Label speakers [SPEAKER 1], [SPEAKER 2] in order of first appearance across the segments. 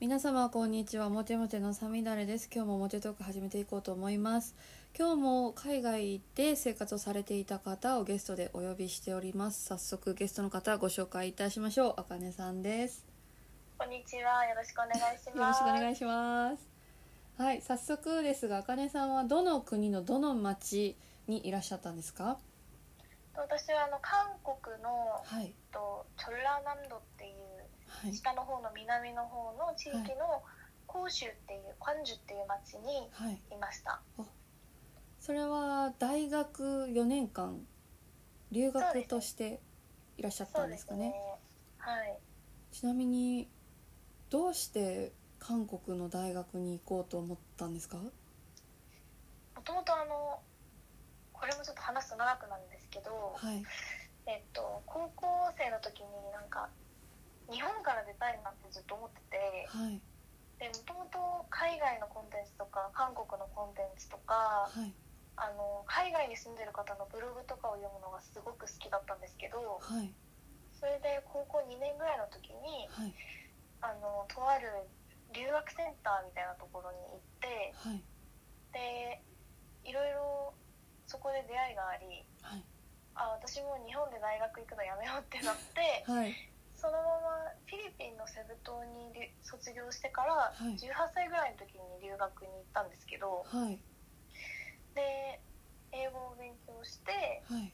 [SPEAKER 1] 皆様こんにちはモテモテのさみだれです今日もモテトーク始めていこうと思います今日も海外で生活をされていた方をゲストでお呼びしております早速ゲストの方ご紹介いたしましょうあかねさんです
[SPEAKER 2] こんにちは。よろしくお願いし
[SPEAKER 1] よろ
[SPEAKER 2] ま
[SPEAKER 1] し
[SPEAKER 2] す。
[SPEAKER 1] くお願
[SPEAKER 2] い
[SPEAKER 1] いしますはい早速ですがあかねさんはどの国のどの町にいらっしゃったんですか
[SPEAKER 2] 私はあの韓国の
[SPEAKER 1] はい
[SPEAKER 2] えっとチョルラナンドってい
[SPEAKER 1] は
[SPEAKER 2] う
[SPEAKER 1] い
[SPEAKER 2] 下の方の南の方の地域の広州っていう関州っていう町に
[SPEAKER 1] はい
[SPEAKER 2] いました。
[SPEAKER 1] それは大学4年間留学としていらっしゃったんですかね。
[SPEAKER 2] はい。
[SPEAKER 1] ちなみにどうして韓国の大学に行こうと思ったんですか
[SPEAKER 2] もともとあのこれもちょっと話すと長くなるんですけど、
[SPEAKER 1] はい
[SPEAKER 2] えっと高校生の時になんか日本から出たいなってずっと思ってて、
[SPEAKER 1] はい
[SPEAKER 2] でもともと海外のコンテンツとか韓国のコンテンツとか。
[SPEAKER 1] はい
[SPEAKER 2] あの海外に住んでる方のブログとかを読むのがすごく好きだったんですけど
[SPEAKER 1] はい
[SPEAKER 2] それで高校2年ぐらいの時に
[SPEAKER 1] はい
[SPEAKER 2] あのとある留学センターみたいなところに行って
[SPEAKER 1] はい
[SPEAKER 2] でいろいろそこで出会いがあり
[SPEAKER 1] はい
[SPEAKER 2] あ私もう日本で大学行くのやめようってなって
[SPEAKER 1] はい
[SPEAKER 2] そのままフィリピンのセブ島に留卒業してか
[SPEAKER 1] は
[SPEAKER 2] ら
[SPEAKER 1] い
[SPEAKER 2] 18歳ぐらいの時に留学に行ったんですけど
[SPEAKER 1] はい
[SPEAKER 2] で英語を勉強して。
[SPEAKER 1] はい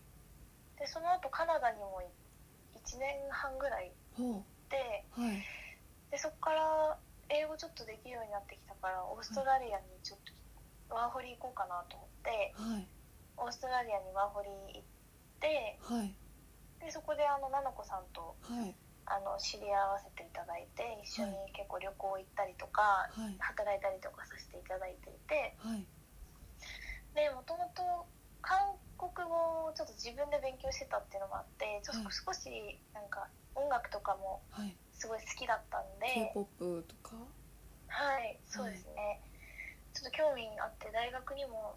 [SPEAKER 2] でその後カナダにも1年半ぐらい
[SPEAKER 1] ほ
[SPEAKER 2] 行って
[SPEAKER 1] うはい
[SPEAKER 2] でそこから英語ちょっとできるようになってきたからオーストラリアにちょっとワーホリ行こうかなと思って
[SPEAKER 1] はい
[SPEAKER 2] オーストラリアにワーホリ行って
[SPEAKER 1] はい
[SPEAKER 2] でそこであの菜々子さんと
[SPEAKER 1] はい
[SPEAKER 2] あの知り合わせていただいて一緒に結構旅行行ったりとか
[SPEAKER 1] はい
[SPEAKER 2] 働いたりとかさせていただいていて
[SPEAKER 1] はい
[SPEAKER 2] でもともと韓国語をちょっと自分で勉強してたっていうのもあってちょっと少しなんか音楽とかも
[SPEAKER 1] はい
[SPEAKER 2] すごい好きだったん
[SPEAKER 1] k
[SPEAKER 2] で
[SPEAKER 1] p、o p とか
[SPEAKER 2] はい、そうですね。ちょっと興味あって大学にも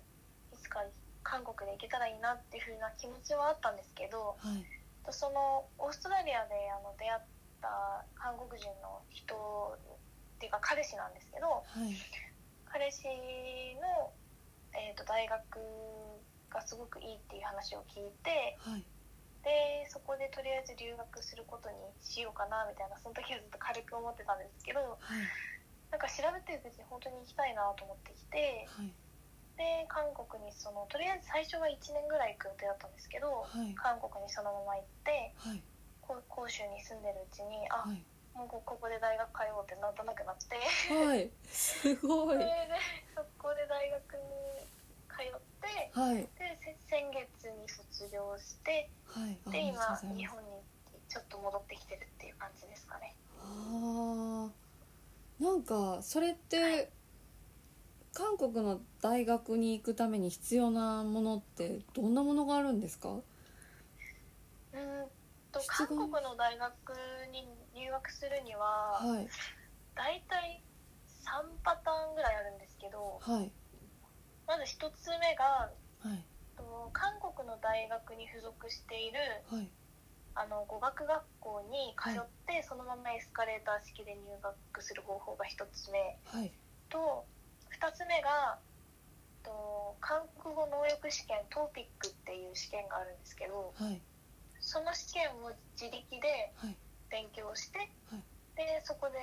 [SPEAKER 2] いつか韓国で行けたらいいなっていう風な気持ちはあったんですけど、
[SPEAKER 1] はい
[SPEAKER 2] そのオーストラリアであの出会った韓国人の人っていうか彼氏なんですけ
[SPEAKER 1] は
[SPEAKER 2] ど、
[SPEAKER 1] い
[SPEAKER 2] 彼氏のえっ、と大学がすごくいいっていう話を聞いて、
[SPEAKER 1] はい
[SPEAKER 2] でそこでとりあえず留学することにしようかなみたいなその時はずっと軽く思ってたんですけ
[SPEAKER 1] は
[SPEAKER 2] ど。
[SPEAKER 1] い
[SPEAKER 2] なんか調べてるうちに本当に行きたいなと思ってきて
[SPEAKER 1] はい
[SPEAKER 2] で韓国にそのとりあえず最初は1年ぐらい行く予定だったんですけど
[SPEAKER 1] はい
[SPEAKER 2] 韓国にそのまま行って
[SPEAKER 1] はい
[SPEAKER 2] こ広州に住んでるうちに
[SPEAKER 1] は
[SPEAKER 2] あ
[SPEAKER 1] い
[SPEAKER 2] もうここで大学通おうってなんとなくな って
[SPEAKER 1] はい すごい
[SPEAKER 2] それでそこで大学に通って
[SPEAKER 1] はい
[SPEAKER 2] でせ先月に卒業して
[SPEAKER 1] はいあ
[SPEAKER 2] で
[SPEAKER 1] りが
[SPEAKER 2] 今
[SPEAKER 1] とうございます
[SPEAKER 2] 日本にちょっと戻ってきてるっていう感じですかね。
[SPEAKER 1] あーなんかそれって、
[SPEAKER 2] はい
[SPEAKER 1] 韓国の大学に行くために必要なものってどんなものがあるんですか
[SPEAKER 2] うーんと
[SPEAKER 1] 質
[SPEAKER 2] 韓
[SPEAKER 1] 問
[SPEAKER 2] 国の大学に入学するには、
[SPEAKER 1] はい
[SPEAKER 2] 大体3パターンぐらいあるんですけど
[SPEAKER 1] はい
[SPEAKER 2] まず1つ目が
[SPEAKER 1] はい
[SPEAKER 2] と韓国の大学に付属している
[SPEAKER 1] はい
[SPEAKER 2] あの語学学校に通って、そのままエスカレーター式で入学する方法が1つ目
[SPEAKER 1] はい
[SPEAKER 2] と2つ目がと韓国語能力試験 TOEIC っていう試験があるんですけど
[SPEAKER 1] はい
[SPEAKER 2] その試験を自力で
[SPEAKER 1] はい
[SPEAKER 2] 勉強して、
[SPEAKER 1] はい
[SPEAKER 2] でそこで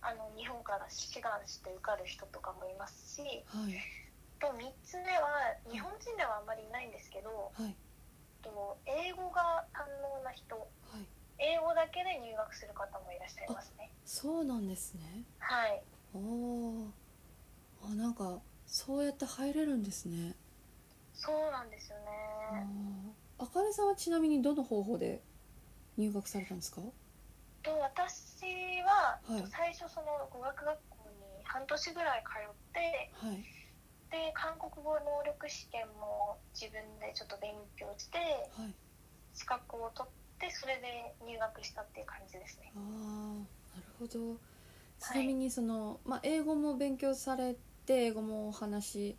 [SPEAKER 2] あの日本から志願して受かる人とかもいますし。
[SPEAKER 1] はい
[SPEAKER 2] と3つ目は日本人ではあまりいないんですけど
[SPEAKER 1] はい
[SPEAKER 2] と英語が堪能な人
[SPEAKER 1] はい
[SPEAKER 2] 英語だけで入学する方もいらっしゃいますね
[SPEAKER 1] そうなんですね
[SPEAKER 2] はい
[SPEAKER 1] おーあなんかそうやって入れるんですね
[SPEAKER 2] そうなんですよ
[SPEAKER 1] あー
[SPEAKER 2] ね
[SPEAKER 1] あかねさんはちなみにどの方法で入学されたんですか
[SPEAKER 2] と私は、
[SPEAKER 1] はい
[SPEAKER 2] と最初その語学学校に半年ぐらい通って
[SPEAKER 1] はい
[SPEAKER 2] で韓国語能力試験も自分でちょっと勉強して
[SPEAKER 1] はい
[SPEAKER 2] 資格を取ってそれで入学したっていう感じですね
[SPEAKER 1] ああなるほどちなみにその、まあ、英語も勉強されて英語もお話し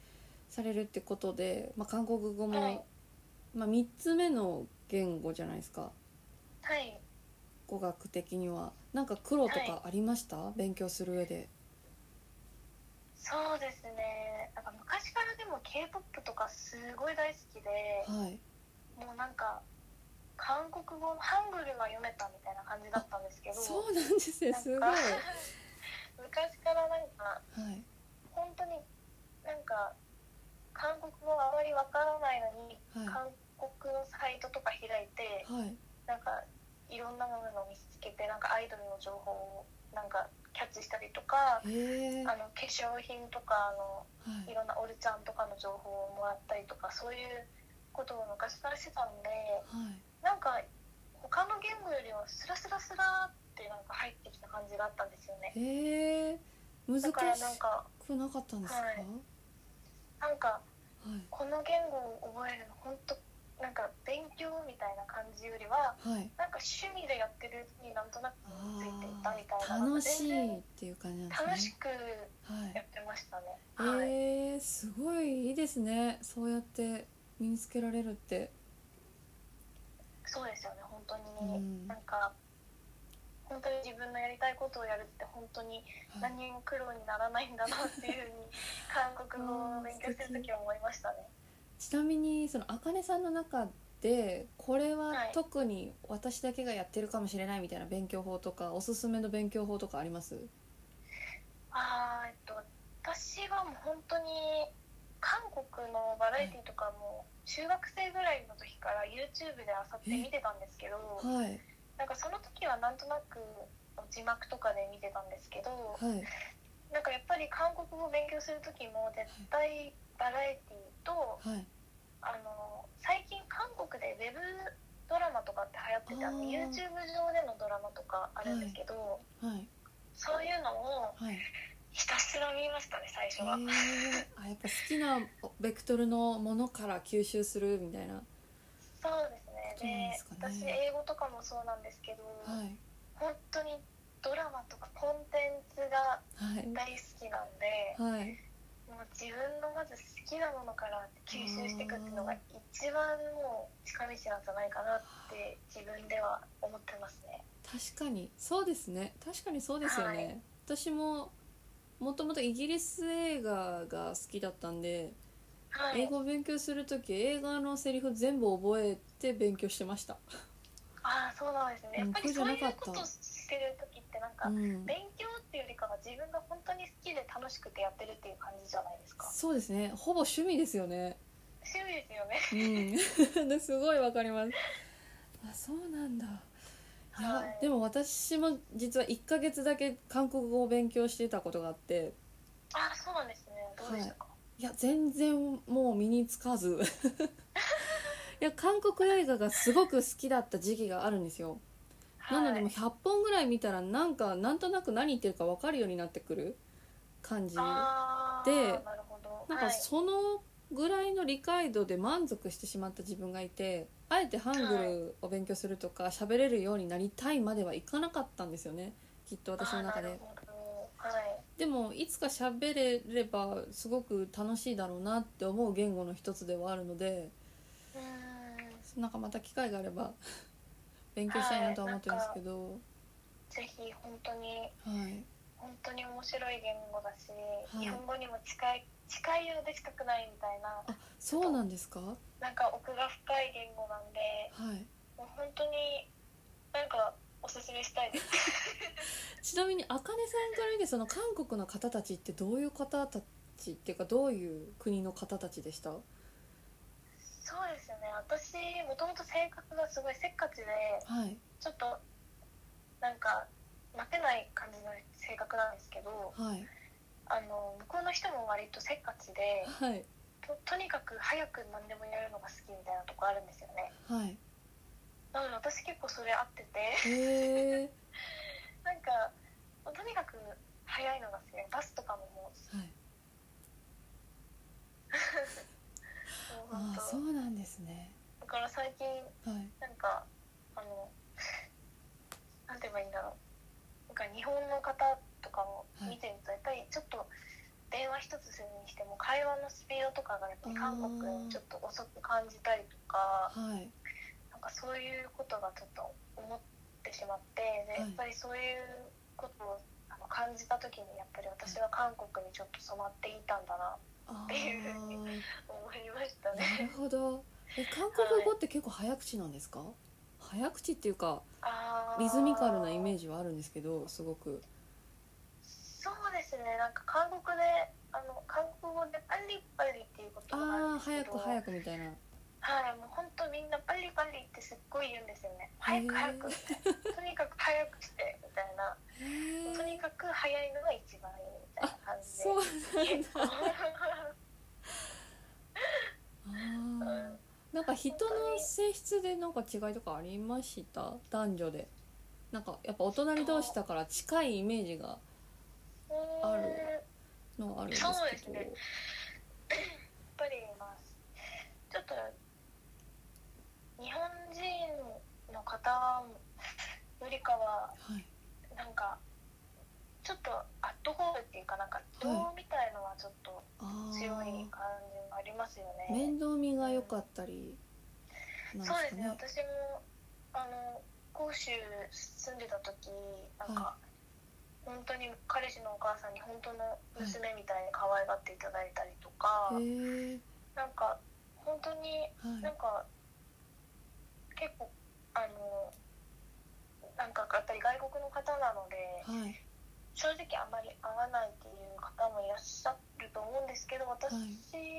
[SPEAKER 1] されるってことで、まあ、韓国語も、
[SPEAKER 2] はい
[SPEAKER 1] まあ、3つ目の言語じゃないですか
[SPEAKER 2] はい
[SPEAKER 1] 語学的にはなんか苦労とかありました、勉強する上で
[SPEAKER 2] そうですねなんか昔からでも k p o p とかすごい大好きで
[SPEAKER 1] はい
[SPEAKER 2] もうなんか韓国語ハングルが読めたみたいな感じだったんですけど
[SPEAKER 1] そうなんですね
[SPEAKER 2] なん か
[SPEAKER 1] すごいは
[SPEAKER 2] 昔からなんか
[SPEAKER 1] い
[SPEAKER 2] 本当になんか韓国語あまりわからないのに、
[SPEAKER 1] はい
[SPEAKER 2] 韓国のサイトとか開いて
[SPEAKER 1] はい
[SPEAKER 2] なんかいろんなものを見つけてなんかアイドルの情報をなんかキャッチしたりとか、
[SPEAKER 1] へえ
[SPEAKER 2] あの化粧品とかあの
[SPEAKER 1] はい
[SPEAKER 2] いろんなオルちゃんとかの情報をもらったりとかそういうことを昔からしてたんで
[SPEAKER 1] はい
[SPEAKER 2] なんか他の言語よりはスラスラスラってなんか入ってきた感じがあったんですよね
[SPEAKER 1] へえ難し
[SPEAKER 2] だからなんか
[SPEAKER 1] くなかったんですかは
[SPEAKER 2] はいいなんかこの言語を覚えるの本当なんか勉強みたいな感じよりは
[SPEAKER 1] はい
[SPEAKER 2] なんか趣味でやってるになんとなくついていた
[SPEAKER 1] あ
[SPEAKER 2] みたい
[SPEAKER 1] あ
[SPEAKER 2] な
[SPEAKER 1] 楽しいっ
[SPEAKER 2] 全然
[SPEAKER 1] ていう感じなん
[SPEAKER 2] 楽
[SPEAKER 1] です
[SPEAKER 2] し
[SPEAKER 1] ね
[SPEAKER 2] く
[SPEAKER 1] はい
[SPEAKER 2] やってましたね、はい、
[SPEAKER 1] えー、すごいいいですねそうやって身につけられるって
[SPEAKER 2] そうですよね本当に、
[SPEAKER 1] うん
[SPEAKER 2] なんか本当に自分のやりたいことをやるって本当に
[SPEAKER 1] はい
[SPEAKER 2] 何も苦労にならないんだなっていうふうに 韓国語を勉強する時は思いましたね。
[SPEAKER 1] ちなみにそのあかねさんの中でこれは特に私だけがやってるかもしれないみたいな勉強法とかおすすめの勉強法とかあります
[SPEAKER 2] あーえっと私はもう本当に韓国のバラエティとかも中学生ぐらいの時から YouTube であさって見てたんですけど
[SPEAKER 1] はい
[SPEAKER 2] なんかその時はなんとなく字幕とかで見てたんですけど
[SPEAKER 1] はい
[SPEAKER 2] なんかやっぱり韓国語を勉強する時も絶対バラエティと
[SPEAKER 1] はい
[SPEAKER 2] あの最近韓国でウェブドラマとかって流行っててあの
[SPEAKER 1] あー
[SPEAKER 2] YouTube 上でのドラマとかあるんですけど、
[SPEAKER 1] はい
[SPEAKER 2] そういうのを
[SPEAKER 1] はい
[SPEAKER 2] ひたすら見ましたね最初
[SPEAKER 1] え
[SPEAKER 2] は。
[SPEAKER 1] ー、あやっぱ好きなベクトルのものから吸収するみたいな
[SPEAKER 2] そう
[SPEAKER 1] こと
[SPEAKER 2] です
[SPEAKER 1] なんで
[SPEAKER 2] ねです
[SPEAKER 1] かね
[SPEAKER 2] 私英語とかもそうなんですけど、
[SPEAKER 1] はい
[SPEAKER 2] 本当にドラマとかコンテンツが
[SPEAKER 1] はい
[SPEAKER 2] 大好きなんで、
[SPEAKER 1] はい
[SPEAKER 2] もう自分のまず好きなものから吸収していくっていうのが一番もう近道なんじゃないかなって自分では思ってますね。
[SPEAKER 1] 確かにそうですね確かにそうですよね、
[SPEAKER 2] はい
[SPEAKER 1] 私ももともとイギリス映画が好きだったんで、
[SPEAKER 2] はい
[SPEAKER 1] 英、語を勉強する時映画のセリフ全部覚えて勉強してました、
[SPEAKER 2] ああそうなんですね。
[SPEAKER 1] う
[SPEAKER 2] や
[SPEAKER 1] ん
[SPEAKER 2] っぱりそう
[SPEAKER 1] これ
[SPEAKER 2] いうこ
[SPEAKER 1] じゃなか
[SPEAKER 2] と
[SPEAKER 1] った
[SPEAKER 2] してる時ってなんか、
[SPEAKER 1] うん、
[SPEAKER 2] 勉強っていうよりかは自分が本当に好きで楽しくてやってるっていう感じじゃないですか。
[SPEAKER 1] そうですねほぼ趣味ですよね
[SPEAKER 2] 趣味です
[SPEAKER 1] う
[SPEAKER 2] よね。
[SPEAKER 1] ん ですごいわかりますあそうなんだいや、
[SPEAKER 2] はい
[SPEAKER 1] でも私も実は1ヶ月だけ韓国語を勉強してたことがあって
[SPEAKER 2] ああそうなんですね。どうでしたか。
[SPEAKER 1] いや全然もう身につかず いや韓国映画がすごく好きだった時期があるんですよ、
[SPEAKER 2] はい、
[SPEAKER 1] なのでもう100本ぐらい見たらなんかなんとなく何言ってるか分かるようになってくる感じな
[SPEAKER 2] あー
[SPEAKER 1] で
[SPEAKER 2] なるほど
[SPEAKER 1] んかそのぐらいの理解度で満足してしまった自分がいてあえてハングルを勉強するとか喋れるようになりたいまではいかなかったんですよねきっと私の中
[SPEAKER 2] は
[SPEAKER 1] で
[SPEAKER 2] いあーなるほどはい
[SPEAKER 1] でもいつか喋れればすごく楽しいだろうなって思う言語の一つではあるので
[SPEAKER 2] うーん
[SPEAKER 1] なんかまた機会があれ ば勉強したいなとは思ってるんですけど、
[SPEAKER 2] ぜひ本当に
[SPEAKER 1] はい、
[SPEAKER 2] 本当に面白い言語だし、
[SPEAKER 1] い
[SPEAKER 2] 日本語にも近い近いようで近くないみたいな
[SPEAKER 1] あそうなんですかは
[SPEAKER 2] なんか奥が深い言語なんで
[SPEAKER 1] い
[SPEAKER 2] もう本当になんかおすすめしたいです
[SPEAKER 1] ちなみにあかねさんから見てその韓国の方たちってどういう方たちっていうかどういう国の方たちでしたは
[SPEAKER 2] そうですね私もともと性格がすごいせっかちで
[SPEAKER 1] い
[SPEAKER 2] ちょっとなんか待てない感じの性格なんですけど、
[SPEAKER 1] はい
[SPEAKER 2] あの向こうの人も割とせっかちで
[SPEAKER 1] はい
[SPEAKER 2] ととにかく早く何でもやるのが好きみたいなとこあるんですよね
[SPEAKER 1] はい
[SPEAKER 2] なので私結構それ合ってて
[SPEAKER 1] へえ
[SPEAKER 2] なんかもうとにかく早いのが好きでバスとかももう
[SPEAKER 1] はい、
[SPEAKER 2] もう
[SPEAKER 1] あ
[SPEAKER 2] 本
[SPEAKER 1] あそ
[SPEAKER 2] 当
[SPEAKER 1] うなんですね
[SPEAKER 2] だから最近
[SPEAKER 1] はい
[SPEAKER 2] なんかあのなんて言えばいいんだろうなんか日本の方とかを見てるとやっぱりちょっと電話一つするにしても会話のスピードとかがやっぱり韓国よりちょっと遅く感じたりとか
[SPEAKER 1] はい
[SPEAKER 2] なんかそういうことがちょっと思ってししまってでやっぱりそういうことをあの感じた時にやっぱり私は韓国にちょっと染まっていたんだな
[SPEAKER 1] あ
[SPEAKER 2] っていうふう
[SPEAKER 1] ー
[SPEAKER 2] と思いました
[SPEAKER 1] なる
[SPEAKER 2] ね。
[SPEAKER 1] ほどえ韓国語って結構早口なんですか早口っていうか
[SPEAKER 2] あー
[SPEAKER 1] リズミカルなイメージはあるんですけどすごく
[SPEAKER 2] そうですねなんか韓国であの韓国語で「パリパリ」っていうことが
[SPEAKER 1] ああ
[SPEAKER 2] ある
[SPEAKER 1] ー
[SPEAKER 2] んですけ
[SPEAKER 1] 早
[SPEAKER 2] ど
[SPEAKER 1] く早くみたいな
[SPEAKER 2] はいもう本当みんな「パリパリ」ってすっごい言うんですよね
[SPEAKER 1] へ
[SPEAKER 2] 「早
[SPEAKER 1] ー
[SPEAKER 2] く早く」みたいなとにかく早くしてみたいな
[SPEAKER 1] へ
[SPEAKER 2] とに
[SPEAKER 1] え
[SPEAKER 2] かく早いのが一番いいみたいな感じで
[SPEAKER 1] そう なんだ
[SPEAKER 2] は
[SPEAKER 1] あーなんか人の性質でなんか違いとかありました男女でなんかやっぱお隣同士だから近いイメージがある
[SPEAKER 2] やっ
[SPEAKER 1] のがあるんです
[SPEAKER 2] そうで
[SPEAKER 1] け
[SPEAKER 2] す
[SPEAKER 1] ど
[SPEAKER 2] ねぱりまあちょっと日本人の方よりかは
[SPEAKER 1] はい
[SPEAKER 2] なんかちょっとアットホームっていうかなんか情みたいのはちょっと
[SPEAKER 1] あ
[SPEAKER 2] 強い感じ
[SPEAKER 1] ー
[SPEAKER 2] がありますよね。
[SPEAKER 1] 面倒見が良かったりなんです
[SPEAKER 2] そう
[SPEAKER 1] か
[SPEAKER 2] ですね
[SPEAKER 1] ね
[SPEAKER 2] 私もあの甲州住んでた時なんか、本当に彼氏のお母さんに本当の娘みたいに可愛がっていただいたりとか、
[SPEAKER 1] へえ
[SPEAKER 2] なんか本当に
[SPEAKER 1] はい
[SPEAKER 2] なんか結構あのなんかやっぱり外国の方なので
[SPEAKER 1] はい
[SPEAKER 2] 正直あんまり合わないっていう方もいらっしゃると思うんですけど私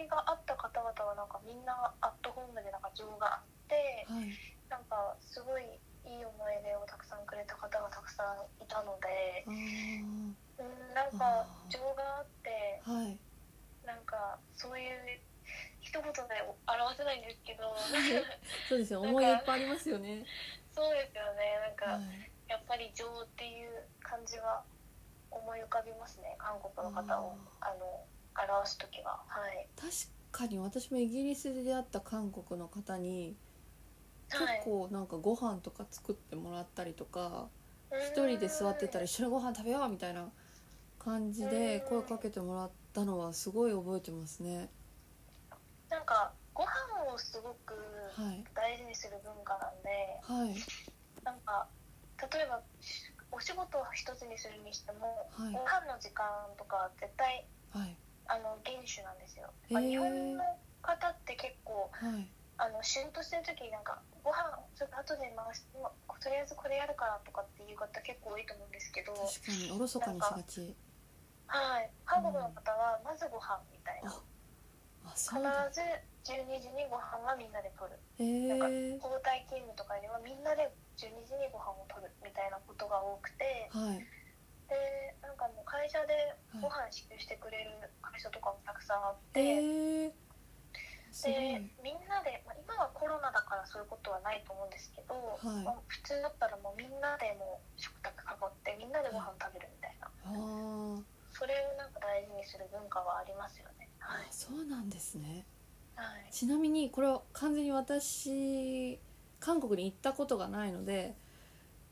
[SPEAKER 2] が会った方々はなんかみんなアットホームでなんか情があって
[SPEAKER 1] はい
[SPEAKER 2] なんかすごいいい思い出をたくさんくれた方がたくさんいたので
[SPEAKER 1] あー
[SPEAKER 2] うんなんか情があって
[SPEAKER 1] はい
[SPEAKER 2] なんかそういう一言で表せないんですけど
[SPEAKER 1] そうですよ
[SPEAKER 2] なんか
[SPEAKER 1] 思い出いっぱいありますよね
[SPEAKER 2] そうですよねなん
[SPEAKER 1] は
[SPEAKER 2] か
[SPEAKER 1] い
[SPEAKER 2] やっぱり情っていう感じは思い浮かびますね韓国の方をあの表す時ははい。
[SPEAKER 1] 確かに私もイギリスで出会った韓国の方に結
[SPEAKER 2] はい
[SPEAKER 1] 構なんかご飯とか作ってもらったりとか一人で座ってたら
[SPEAKER 2] り
[SPEAKER 1] 一緒にご飯食べようみたいな感じで声かけてもらったのはすごい覚えてますね
[SPEAKER 2] なんかご飯をすごく
[SPEAKER 1] はい
[SPEAKER 2] 大事にする文化なんで
[SPEAKER 1] はい
[SPEAKER 2] なんか例えばお仕事を一つにするにしても、
[SPEAKER 1] はい
[SPEAKER 2] ご飯の時間とか絶対
[SPEAKER 1] はい
[SPEAKER 2] あの厳守なんですよ、
[SPEAKER 1] へー
[SPEAKER 2] 日本の方って結構
[SPEAKER 1] はい
[SPEAKER 2] あの仕事してる時になんかご飯ちょっと後で回してもとりあえずこれやるからとかっていう方結構多いと思うんですけど
[SPEAKER 1] 確かにおろそかにしがち
[SPEAKER 2] はい韓国の方はまずご飯みたいな
[SPEAKER 1] ああ
[SPEAKER 2] 必
[SPEAKER 1] そうだ
[SPEAKER 2] ず12時にご飯はみんなで取る
[SPEAKER 1] へえー、
[SPEAKER 2] 交代勤務とかよりはみんなで12時にご飯を取るみたいなことが多くて
[SPEAKER 1] はい
[SPEAKER 2] でなんかもう会社でご飯支給してくれる会社とかもたくさんあっ
[SPEAKER 1] えー、
[SPEAKER 2] て、
[SPEAKER 1] すごい
[SPEAKER 2] でみんなで、まあ、今はコロナだからそういうことはないと思うんですけど、
[SPEAKER 1] い
[SPEAKER 2] まあ普通だったらもうみんなでもう食卓囲ってみんなでご飯食べるみたいな、
[SPEAKER 1] あー
[SPEAKER 2] それをなんか大事にする文化はありますよね。
[SPEAKER 1] あ
[SPEAKER 2] はい
[SPEAKER 1] そうなんですね
[SPEAKER 2] はい
[SPEAKER 1] ちなみにこれは完全に私韓国に行ったことがないので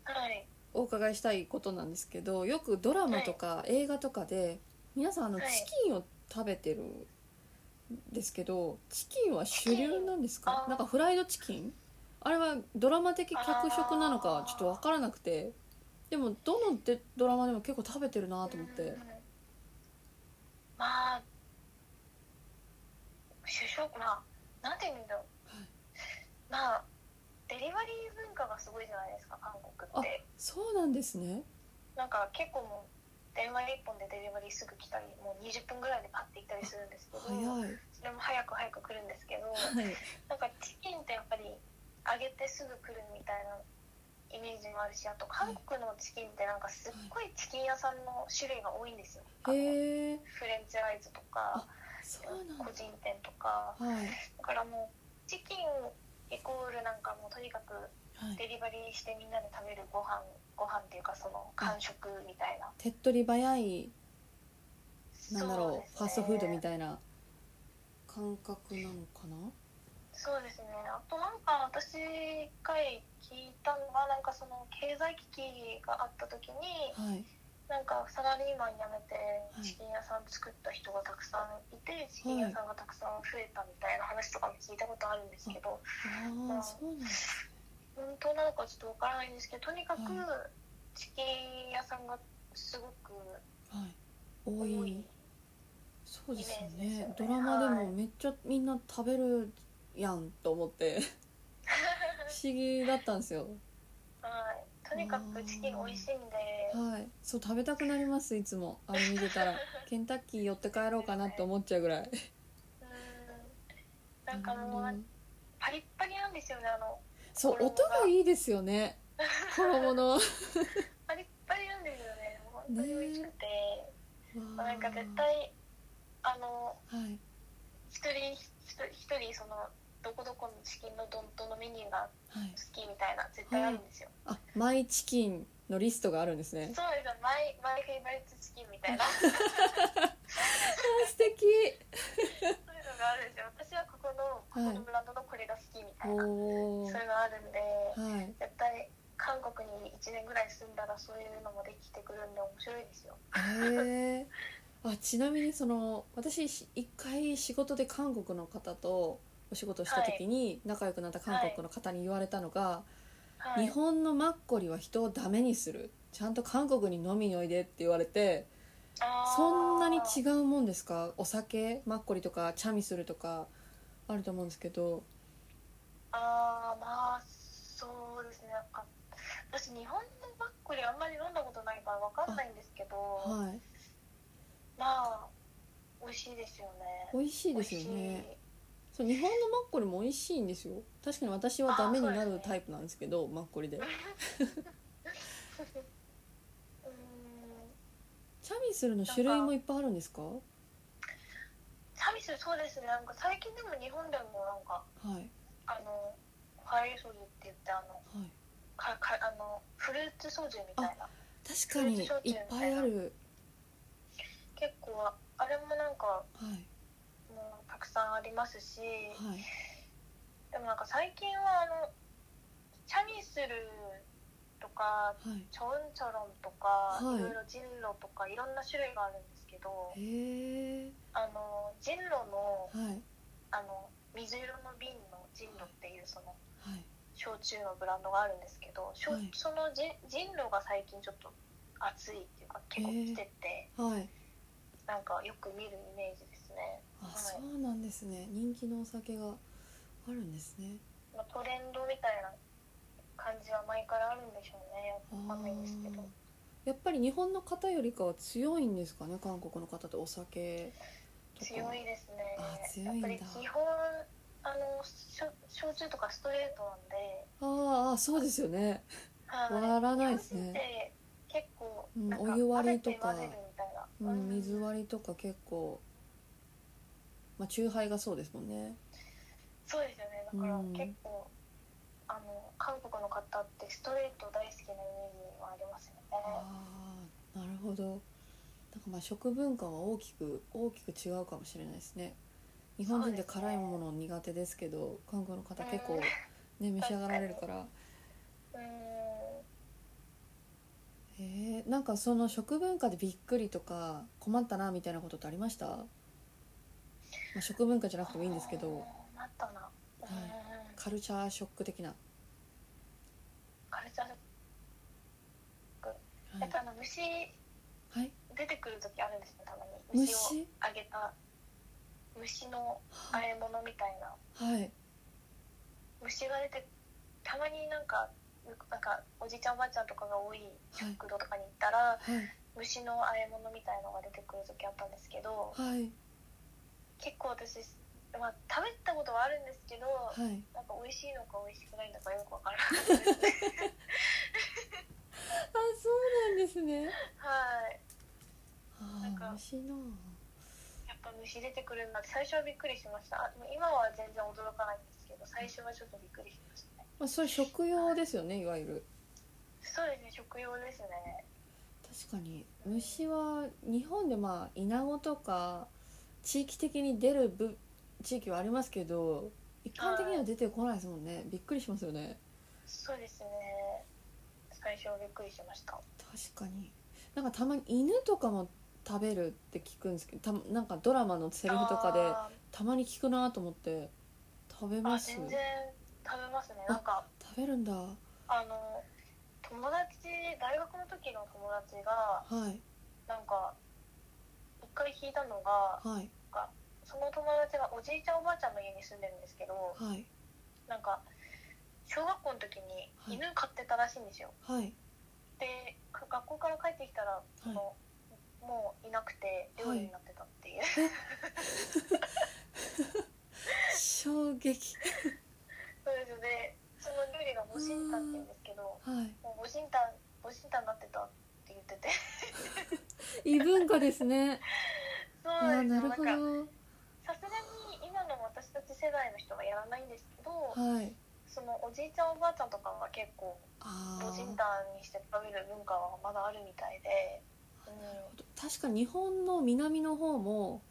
[SPEAKER 2] はい
[SPEAKER 1] お伺いしたいことなんですけどよくドラマとか映画とかで皆さんあのチ
[SPEAKER 2] はい
[SPEAKER 1] キンを食べてるんですけどチキンは主流なんです
[SPEAKER 2] チキン
[SPEAKER 1] か
[SPEAKER 2] あー
[SPEAKER 1] なんかフライドチキンあれはドラマ的脚色なのか
[SPEAKER 2] あー
[SPEAKER 1] ちょっと分からなくてでもどのでドラマでも結構食べてるなと思っ
[SPEAKER 2] うん
[SPEAKER 1] て
[SPEAKER 2] まあ主食まあなんて言うんだろう、
[SPEAKER 1] はい
[SPEAKER 2] まあデリバリー文化がすごいじゃないですか韓国って
[SPEAKER 1] そうなんですね
[SPEAKER 2] なんか結構もう電話一本でデリバリーすぐ来たりもう20分ぐらいでパッて行ったりするんですけど
[SPEAKER 1] 早いはい
[SPEAKER 2] それも早く早く来るんですけどなんかチキンってやっぱり揚げてすぐ来るみたいなイメージもあるしあと韓国のチキンってなんかすっごいチキン屋さんの種類が多いんですよ、
[SPEAKER 1] へえ
[SPEAKER 2] フレンチライズとか
[SPEAKER 1] そうなんだ
[SPEAKER 2] 個人店とか
[SPEAKER 1] はい
[SPEAKER 2] だからもうチキンイコールなんかもうとにかく
[SPEAKER 1] はい
[SPEAKER 2] デリバリーしてみんなで食べるご飯ご飯っていうかその完食みたいな、
[SPEAKER 1] 手っ取り早いなんだろう
[SPEAKER 2] そうですね
[SPEAKER 1] ファーストフードみたいな感覚なのかな
[SPEAKER 2] そうですねあとなんか私一回聞いたのがなんかその経済危機があった時に
[SPEAKER 1] はい
[SPEAKER 2] なんかサラリーマン辞めて
[SPEAKER 1] い
[SPEAKER 2] チキン屋さん作った人がたくさんいてチキン屋さんがたくさん増えたみたいな話とかも聞いたことあるんですけど、
[SPEAKER 1] あ
[SPEAKER 2] ま
[SPEAKER 1] あ
[SPEAKER 2] あ
[SPEAKER 1] そうなんです
[SPEAKER 2] う本当なのかちょっとわからないんですけどとにかく
[SPEAKER 1] は
[SPEAKER 2] チキン屋さんがすごく
[SPEAKER 1] はい、
[SPEAKER 2] 多
[SPEAKER 1] 多
[SPEAKER 2] い、
[SPEAKER 1] いそうですよ
[SPEAKER 2] イメージです
[SPEAKER 1] ね
[SPEAKER 2] よね
[SPEAKER 1] ドラマで
[SPEAKER 2] はい
[SPEAKER 1] もめっちゃみんな食べるやんと思って 不思議だったんですよ
[SPEAKER 2] はい、とにかくチキン美味しいんで、
[SPEAKER 1] はいそう食べたくなりますいつもあれ見てた らケンタッキー寄って帰ろうかなって思っちゃうぐらい
[SPEAKER 2] うんなんかも
[SPEAKER 1] あ
[SPEAKER 2] う
[SPEAKER 1] の
[SPEAKER 2] パリッパリなんですよねあの
[SPEAKER 1] そう
[SPEAKER 2] 衣
[SPEAKER 1] 音
[SPEAKER 2] が
[SPEAKER 1] がいいですよ ね衣のわ
[SPEAKER 2] パリッパリなんですよね本当に美味しくて、
[SPEAKER 1] あ
[SPEAKER 2] なんか絶対あの
[SPEAKER 1] はい
[SPEAKER 2] 一人一人一人そのどこどこのチキンのどんどのメニューが
[SPEAKER 1] はい
[SPEAKER 2] 好きみたいな絶対あるんですよ、
[SPEAKER 1] あマイチキンのリストがあるんですね
[SPEAKER 2] そうですよマイマイフェイバリットチキンみたいなそう
[SPEAKER 1] あ素敵
[SPEAKER 2] いうのがあるんですよ私はここのここのブランドのこれが好きみたいな、
[SPEAKER 1] おお
[SPEAKER 2] そういうのあるんで
[SPEAKER 1] はい
[SPEAKER 2] 絶対韓国に1年ぐらい住んだらそういうのもできてくるんで面白いですよ
[SPEAKER 1] へえあちなみにその私し一回仕事で韓国の方とお仕事をした時に仲良くなった韓国の方に言われたのが、
[SPEAKER 2] はい
[SPEAKER 1] 日本のマッコリは人をダメにするちゃんと韓国に飲みにおいでって言われて
[SPEAKER 2] あー
[SPEAKER 1] そんなに違うもんですかお酒マッコリとかチャミスルとかあると思うんですけど
[SPEAKER 2] あーまあそうですねなんか私日本のバッグリあんまり飲んだことないからわかんないんですけど、
[SPEAKER 1] はい
[SPEAKER 2] まあ美味しいですよね
[SPEAKER 1] 美味しいですよねそう日本のマッコリも美味しいんですよ確かに私はダメになるタイプなんですけどマッコリで
[SPEAKER 2] 美味しいうーん
[SPEAKER 1] チャミスルの種類もいっぱいあるんですかは
[SPEAKER 2] サービスそうですねなんか最近でも日本でもなんか
[SPEAKER 1] いはい
[SPEAKER 2] あのファイルソージュって言ってあのかかあのフルーツソージュみたいな
[SPEAKER 1] 確かにいっぱいある
[SPEAKER 2] 結構あれもなん
[SPEAKER 1] は
[SPEAKER 2] か
[SPEAKER 1] い
[SPEAKER 2] もうたくさんありますし
[SPEAKER 1] はい
[SPEAKER 2] でもなんか最近はあのチャミスルとか
[SPEAKER 1] はい
[SPEAKER 2] チョンチョロンとか、
[SPEAKER 1] はい
[SPEAKER 2] い、ろいろジンロとかいろんな種類があるんですけど
[SPEAKER 1] へえ
[SPEAKER 2] あのジンロの
[SPEAKER 1] はい
[SPEAKER 2] あの水色の瓶のジンロっていうその
[SPEAKER 1] はい
[SPEAKER 2] 焼酎のブランドがあるんですけど、しょ
[SPEAKER 1] はい
[SPEAKER 2] そのジンジンロが最近ちょっと熱いっていうか結構来てて、
[SPEAKER 1] はい
[SPEAKER 2] なんかよく見るイメージですね、
[SPEAKER 1] あ、
[SPEAKER 2] はい
[SPEAKER 1] そうなんですね人気のお酒があるんですね
[SPEAKER 2] まあ、トレンドみたいな感じは前からあるんでしょうね
[SPEAKER 1] あ
[SPEAKER 2] わかんないんですけ
[SPEAKER 1] ー
[SPEAKER 2] ど
[SPEAKER 1] やっぱり日本の方よりかは強いんですかね韓国の方ってお酒とか
[SPEAKER 2] 強いですね
[SPEAKER 1] あ強いんだ
[SPEAKER 2] やっぱり基本あのしょ焼酎とかストレートなんで、
[SPEAKER 1] あーあーそうですよね
[SPEAKER 2] はい
[SPEAKER 1] 終わらないですね
[SPEAKER 2] 日本人って結構
[SPEAKER 1] うん
[SPEAKER 2] なんか
[SPEAKER 1] お湯割りとか
[SPEAKER 2] 混ぜて混ぜるみたいな、
[SPEAKER 1] うん水
[SPEAKER 2] り
[SPEAKER 1] 割りとか結構まあ酎ハイがそうですもんね
[SPEAKER 2] そうですよねだから
[SPEAKER 1] うん
[SPEAKER 2] 結構、あの韓国の方ってストレート大好きなイメージはありますよね
[SPEAKER 1] ああなるほどなんかまあ食文化は大きく大きく違うかもしれないですね日本人って辛いもの苦手ですけど韓国の方結構ね召し上がられるから
[SPEAKER 2] うん
[SPEAKER 1] へえなんかその食文化でびっくりとか困ったなみたいなことってありました、まあ、食文化じゃなくてもいいんですけど
[SPEAKER 2] あーなったな、うん
[SPEAKER 1] カルチャーショック的な、
[SPEAKER 2] カルチャーショック
[SPEAKER 1] は
[SPEAKER 2] やっ
[SPEAKER 1] い
[SPEAKER 2] ぱあの虫
[SPEAKER 1] はい、
[SPEAKER 2] 出てくる時あるんですねたまに
[SPEAKER 1] 虫
[SPEAKER 2] 虫を揚げた虫の和え物みたいな
[SPEAKER 1] はい
[SPEAKER 2] 虫が出てたまになんかなんかおじいちゃんおばあちゃんとかが多い
[SPEAKER 1] はい
[SPEAKER 2] 食堂とかに行った
[SPEAKER 1] は
[SPEAKER 2] ら
[SPEAKER 1] い
[SPEAKER 2] 虫の和え物みたいのが出てくる時あったんですけど
[SPEAKER 1] はい
[SPEAKER 2] 結構私、まあ、食べたことはあるんですけど
[SPEAKER 1] はい
[SPEAKER 2] なんか美味しいのか美味しくないのかよくわからなかったですね
[SPEAKER 1] あそうなんですね
[SPEAKER 2] はい
[SPEAKER 1] あ
[SPEAKER 2] なんか
[SPEAKER 1] あ美味しいなあ
[SPEAKER 2] やっぱ虫出てくるんだって最初はびっくりしましたあでも今は全然驚かないんですけど最初はちょっとびっくりしましたね
[SPEAKER 1] まあ、それ食用ですよねいわゆる
[SPEAKER 2] そうですね食用ですね
[SPEAKER 1] 確かに虫は日本でまあイナゴとか地域的に出る部地域はありますけど一般的には出てこないですもんねびっくりしますよね
[SPEAKER 2] そうですね最初はびっくりしました
[SPEAKER 1] 確かになんかたまに犬とかも食べるって聞くんですけどたまなんかドラマのセリフとかで
[SPEAKER 2] あ
[SPEAKER 1] たまに聞くなと思って食べ
[SPEAKER 2] ーあ
[SPEAKER 1] ます
[SPEAKER 2] 全然食べますねなんか
[SPEAKER 1] 食べるんだは
[SPEAKER 2] あの友達大学の時の友達が
[SPEAKER 1] い
[SPEAKER 2] なんか一回聞いたのが
[SPEAKER 1] はい
[SPEAKER 2] その友達がおじいちゃんおばあちゃんの家に住んでるんですけど
[SPEAKER 1] はい
[SPEAKER 2] なんか小学校の時に
[SPEAKER 1] はい
[SPEAKER 2] 犬飼ってたらしいんですよ、
[SPEAKER 1] はい
[SPEAKER 2] でか学校から帰ってきたらその、もういなくて料理になってたっていう、
[SPEAKER 1] 衝撃
[SPEAKER 2] それでその料理がボシンタンって言うんですけど
[SPEAKER 1] はい
[SPEAKER 2] もうボシンタンボシンタンになってたって言ってて
[SPEAKER 1] 異文化ですね
[SPEAKER 2] そう
[SPEAKER 1] ああ
[SPEAKER 2] です
[SPEAKER 1] な
[SPEAKER 2] よ
[SPEAKER 1] るほど
[SPEAKER 2] なんかさすがに今の私たち世代の人はやらないんですけど、
[SPEAKER 1] はい
[SPEAKER 2] そのおじいちゃんおばあちゃんとかは結構
[SPEAKER 1] あ
[SPEAKER 2] ボジン
[SPEAKER 1] あ
[SPEAKER 2] タンにして食べる文化はまだあるみたいで、うん
[SPEAKER 1] 確か日本の南の方も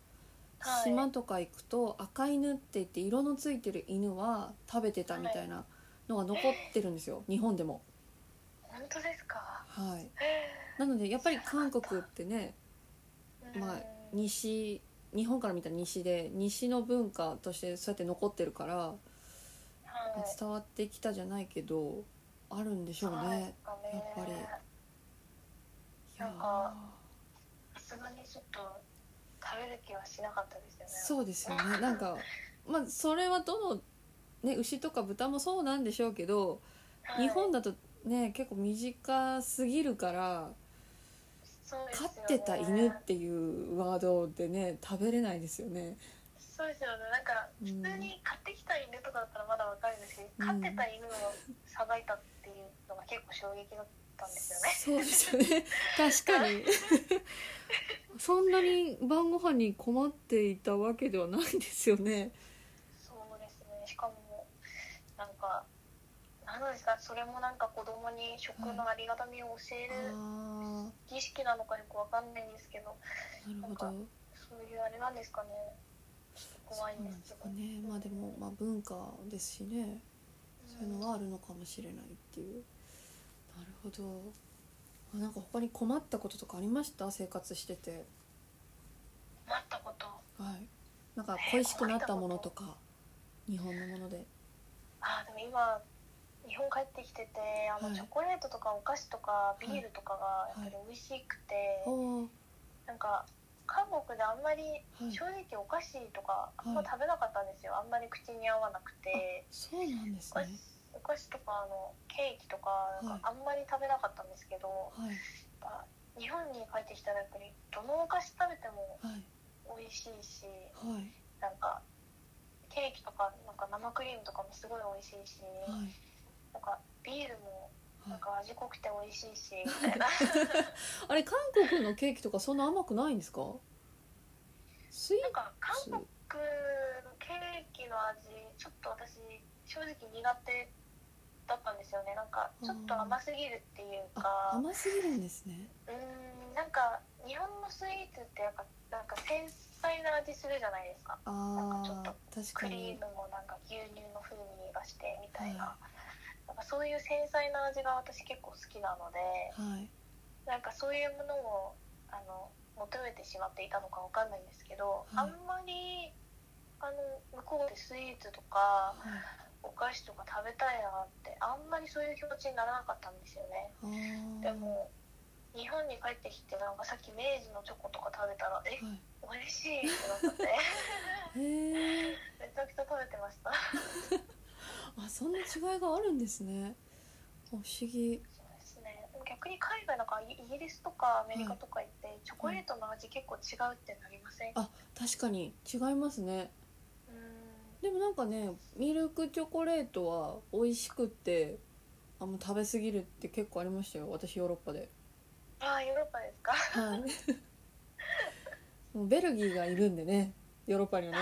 [SPEAKER 2] はい
[SPEAKER 1] 島とか行くと赤犬って言って色のついてる犬は食べてたみたいなのが残ってるんですよ日本でも
[SPEAKER 2] 本当ですか
[SPEAKER 1] はいなのでやっぱり韓国ってね
[SPEAKER 2] うん
[SPEAKER 1] まあ西日本から見たら西で西の文化としてそうやって残ってるから
[SPEAKER 2] はい
[SPEAKER 1] 伝わってきたじゃないけどあるんでしょう
[SPEAKER 2] はい
[SPEAKER 1] ね
[SPEAKER 2] なんかね
[SPEAKER 1] やっぱりいや
[SPEAKER 2] なんかさすがにちょっと食べる気はしなかったですよね
[SPEAKER 1] ーそうですよねなんかまあそれはどの、ね、牛とか豚もそうなんでしょうけど
[SPEAKER 2] はい
[SPEAKER 1] 日本だとね結構短すぎるから
[SPEAKER 2] そうです
[SPEAKER 1] 飼
[SPEAKER 2] よ
[SPEAKER 1] っ
[SPEAKER 2] ね
[SPEAKER 1] てた犬っていうワードでね食べれないですよね
[SPEAKER 2] そうですよねなんか
[SPEAKER 1] うん
[SPEAKER 2] 普通に買ってきた犬とかだったらまだわかるんですけど、飼ってた犬をさばいたっていうのが結構衝撃だったんですよね
[SPEAKER 1] そうですよね確かにそんなに晩ご飯に困っていたわけではないですよね
[SPEAKER 2] そうですね。しかも、なんか、なんなんですか、それもなんか子供に食のありがたみを教え
[SPEAKER 1] あ
[SPEAKER 2] る
[SPEAKER 1] あ
[SPEAKER 2] 儀式なのかよくわかんないんですけど、
[SPEAKER 1] ーなるほど
[SPEAKER 2] そういうあれなんですかね。ちょっと怖いんですけ
[SPEAKER 1] そうな
[SPEAKER 2] ど。
[SPEAKER 1] んですかねまあでも、まあ、文化ですしねそういうのはあるのかもしれないっていうなるほどあなんか他に困ったこととかありました生活してて
[SPEAKER 2] 待ったこと。
[SPEAKER 1] はいなんか恋しくなったものとか日本のもので
[SPEAKER 2] ああ、でも今、日本帰ってきてて、
[SPEAKER 1] は
[SPEAKER 2] あの
[SPEAKER 1] い
[SPEAKER 2] チョコレートとかお菓子とか
[SPEAKER 1] い
[SPEAKER 2] ビールとかがやっぱり美味しくて、
[SPEAKER 1] おー
[SPEAKER 2] なんか、韓国であんまり
[SPEAKER 1] はい
[SPEAKER 2] 正直お菓子とかあんま食べなかったんですよ。あんまり口に合わなくて。
[SPEAKER 1] そうなんです
[SPEAKER 2] お菓
[SPEAKER 1] ね
[SPEAKER 2] 子お菓子とかあのケーキとかなんかあんまり食べなかったんですけど、
[SPEAKER 1] はい
[SPEAKER 2] やっぱ日本に帰ってきたらやっぱりどのお菓子食べても
[SPEAKER 1] はい
[SPEAKER 2] 美味しいし
[SPEAKER 1] はい
[SPEAKER 2] なんかケーキとかなんか生クリームとかもすごい美味しいし、
[SPEAKER 1] はい
[SPEAKER 2] なんかビールも
[SPEAKER 1] は
[SPEAKER 2] なん
[SPEAKER 1] い
[SPEAKER 2] か味濃くて美味しいしみたいな
[SPEAKER 1] あれ韓国のケーキとかそんな甘くないんですかスイ
[SPEAKER 2] なんか韓
[SPEAKER 1] ーツ
[SPEAKER 2] 国のケーキの味ちょっと私正直苦手だったんですよねなんかちょっと甘すぎるっていう
[SPEAKER 1] あ
[SPEAKER 2] か。
[SPEAKER 1] 甘すぎるんですね
[SPEAKER 2] うーんなんか日本のスイーツってやっぱなんか繊細な味するじゃないですか
[SPEAKER 1] あ
[SPEAKER 2] なんか
[SPEAKER 1] ー確か
[SPEAKER 2] ク
[SPEAKER 1] に
[SPEAKER 2] リームもなんか牛乳の風味がしてみたい
[SPEAKER 1] は
[SPEAKER 2] な,、なんかそういう繊細な味が私結構好きなので
[SPEAKER 1] はい
[SPEAKER 2] なんかそういうものをあの求めてしまっていたのかわかんないんですけど、
[SPEAKER 1] はい
[SPEAKER 2] あんまりあの向こうでスイーツとか
[SPEAKER 1] はい
[SPEAKER 2] お菓子とか食べたいなってあんまりそういう気持ちにならなかったんですよね。
[SPEAKER 1] あー
[SPEAKER 2] でも日本に帰ってきてなんかさっき明治のチョコとか食べたらえ
[SPEAKER 1] はい
[SPEAKER 2] 美味しいってなって
[SPEAKER 1] へえ
[SPEAKER 2] めちゃくちゃ食べてました
[SPEAKER 1] あそんな違いがあるんですねあ不思議
[SPEAKER 2] そうですね逆に海外なんかイイギリスとかアメリカとか行って、チョコレートの味結構違うってなりません、
[SPEAKER 1] あ確かに違いますね
[SPEAKER 2] うーん
[SPEAKER 1] でもなんかねミルクチョコレートは美味しくってあもう食べ過ぎるって結構ありましたよ私ヨーロッパで
[SPEAKER 2] ああヨーロッパですか
[SPEAKER 1] はい もうベルギーがいるんでねヨーロッパにはね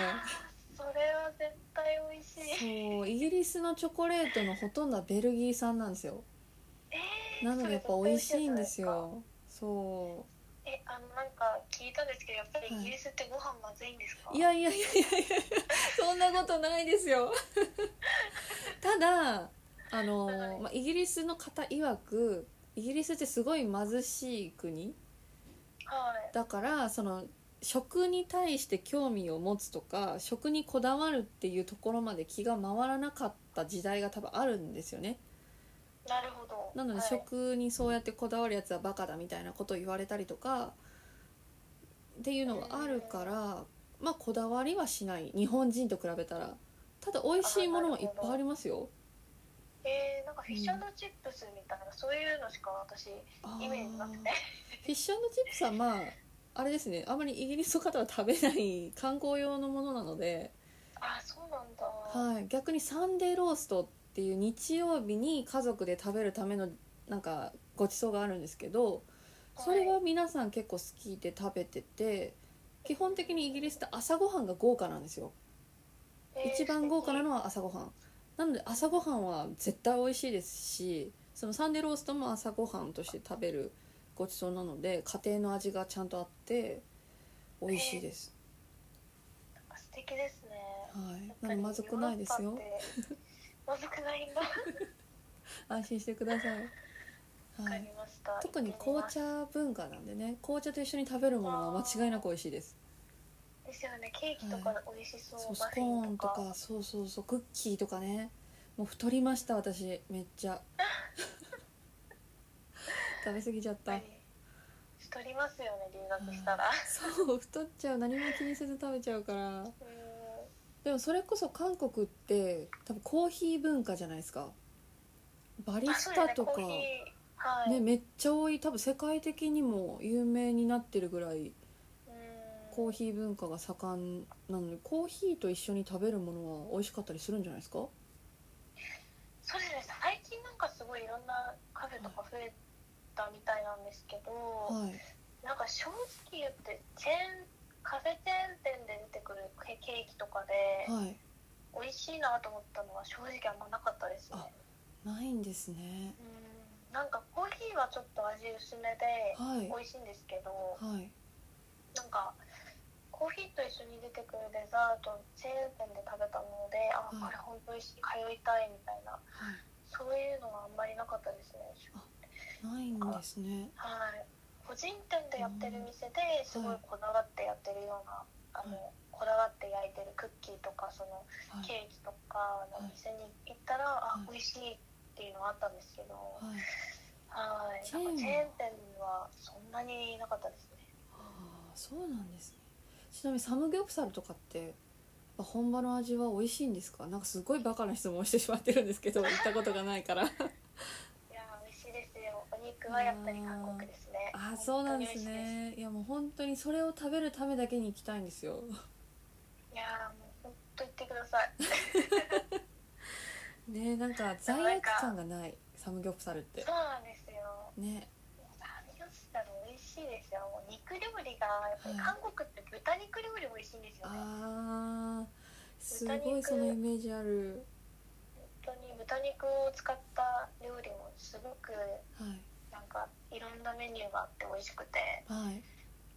[SPEAKER 2] それは絶対美味しい
[SPEAKER 1] そうイギリスのチョコレートのほとんどはベルギー産なんですよ
[SPEAKER 2] えー
[SPEAKER 1] なのでやっぱ美味しいんです
[SPEAKER 2] そ
[SPEAKER 1] よそう
[SPEAKER 2] れ絶対美味しいじゃないですかえあのなんか聞いたんですけどやっぱり
[SPEAKER 1] はい
[SPEAKER 2] イギリスってご飯まずいんですか、
[SPEAKER 1] いやいやいやいやいやそんなことないですよ ただあの、
[SPEAKER 2] はい
[SPEAKER 1] まあ、イギリスの方曰くイギリスってすごい貧しい国
[SPEAKER 2] はい
[SPEAKER 1] だからその食に対して興味を持つとか食にこだわるっていうところまで気が回らなかった時代が多分あるんですよね
[SPEAKER 2] なるほど。
[SPEAKER 1] なので
[SPEAKER 2] はい、
[SPEAKER 1] 食にそうやってこだわるやつはバカだみたいなことを言われたりとかっていうのがあるからまあこだわりはしない日本人と比べたらただ美味しいものもいっぱいありますよ
[SPEAKER 2] えー、なんかフィッシュチップスみたいな、そういうのしか私、
[SPEAKER 1] あ
[SPEAKER 2] イメージな
[SPEAKER 1] ー
[SPEAKER 2] くて。
[SPEAKER 1] フィッシュチップスはまああれですねあまりイギリスの方は食べない観光用のものなので、
[SPEAKER 2] あ、そうなんだ。
[SPEAKER 1] はい、逆にサンデーローストっていう日曜日に家族で食べるためのなんかごちそうがあるんですけどそれは皆さん結構好きで食べてて基本的にイギリスって朝ごはんが豪華なんですよ
[SPEAKER 2] えー
[SPEAKER 1] 一番豪華な
[SPEAKER 2] 素
[SPEAKER 1] のは朝ごはんなので朝ごはんは絶対美味しいですしそのサンデーローストも朝ごはんとして食べるごちそうなので家庭の味がちゃんとあって美味しいです、
[SPEAKER 2] 敵素敵ですね。
[SPEAKER 1] はい
[SPEAKER 2] やっ、ぱ
[SPEAKER 1] なの
[SPEAKER 2] り
[SPEAKER 1] でまずくないですよ
[SPEAKER 2] ヨーロッパってまずくないんだ。
[SPEAKER 1] 安心してください、
[SPEAKER 2] わ
[SPEAKER 1] は
[SPEAKER 2] か
[SPEAKER 1] い
[SPEAKER 2] り、ました。
[SPEAKER 1] 特に紅茶文化なんでね紅茶と一緒に食べるものは間違いなく美味しいです
[SPEAKER 2] ですよね。ケーキとか美味しそう。
[SPEAKER 1] そうス
[SPEAKER 2] マフ
[SPEAKER 1] コ
[SPEAKER 2] ィ
[SPEAKER 1] ー
[SPEAKER 2] ン
[SPEAKER 1] ン
[SPEAKER 2] と
[SPEAKER 1] と
[SPEAKER 2] か。
[SPEAKER 1] かそうそうそうクッキーとかねもう太りました私めっちゃ 食べ過ぎちゃった、
[SPEAKER 2] はい太りますよね。留学したら。
[SPEAKER 1] そう太っちゃう何も気にせず食べちゃうから
[SPEAKER 2] うーん
[SPEAKER 1] でもそれこそ韓国って多分コーヒー文化じゃないですかバリ
[SPEAKER 2] あ
[SPEAKER 1] スタとか
[SPEAKER 2] そうですねコーヒーはい。
[SPEAKER 1] ねめっちゃ多い多分世界的にも有名になってるぐらいコー
[SPEAKER 2] ー
[SPEAKER 1] ヒー文化が盛んなのでコーヒーと一緒に食べるものは美味しかったりするんじゃないですか
[SPEAKER 2] そうですね最近なんかすごいいろんなカフェとか増えたみたいなんですけど、
[SPEAKER 1] はい
[SPEAKER 2] なんか正直言ってチェーンカフェチェーン店で出てくるケケーキとかで
[SPEAKER 1] はい
[SPEAKER 2] 美味しいなと思ったのは正直あんまなかったですね
[SPEAKER 1] あないんですね
[SPEAKER 2] うんなんかコーヒーはちょっと味薄めで
[SPEAKER 1] はい
[SPEAKER 2] 美味しいんですけど
[SPEAKER 1] はい
[SPEAKER 2] なんかコーヒーと一緒に出てくるデザートチェーン店で食べたものであ
[SPEAKER 1] はい
[SPEAKER 2] これ本当美味しい通いたいみたいな
[SPEAKER 1] はい
[SPEAKER 2] そういうのがあんまりなかったですね。
[SPEAKER 1] ないんですね
[SPEAKER 2] はい。個人店でやってる店ですごいこだわってやってるような、あの、
[SPEAKER 1] は
[SPEAKER 2] こだわって焼いてるクッキーとかその
[SPEAKER 1] はい
[SPEAKER 2] ケーキとかのお店に行ったら、
[SPEAKER 1] はい
[SPEAKER 2] あ美味しいっていうのはあったんですけど、は
[SPEAKER 1] はい
[SPEAKER 2] い。
[SPEAKER 1] チェーン
[SPEAKER 2] なんかチェーン店はそんなになかったですね。
[SPEAKER 1] ああそうなんですねちなみにサムギョプサルとかってまあ本場の味は美味しいんですかなんかすごいバカな質問をしてしまってるんですけ ど行ったことがないから
[SPEAKER 2] いやー美味しいですよ。お肉はやっぱり韓国ですね。
[SPEAKER 1] ああそうなんです
[SPEAKER 2] 本当に美味しい
[SPEAKER 1] ねいやもう本当にそれを食べるためだけに行きたいんですよ
[SPEAKER 2] です。いやーもう本当言ってくださ い。
[SPEAKER 1] ねえなんか罪悪感がないサムギョプサルって
[SPEAKER 2] そうなんですよ。
[SPEAKER 1] ね
[SPEAKER 2] サムギョプサル美味しいですよもう肉料理がやっぱり韓国って豚肉料理美味しいんですよね、
[SPEAKER 1] あーすごいそのイメージある
[SPEAKER 2] 本当に豚肉を使った料理もすごく
[SPEAKER 1] はい
[SPEAKER 2] なんかいろんなメニューがあって美味しくて
[SPEAKER 1] はい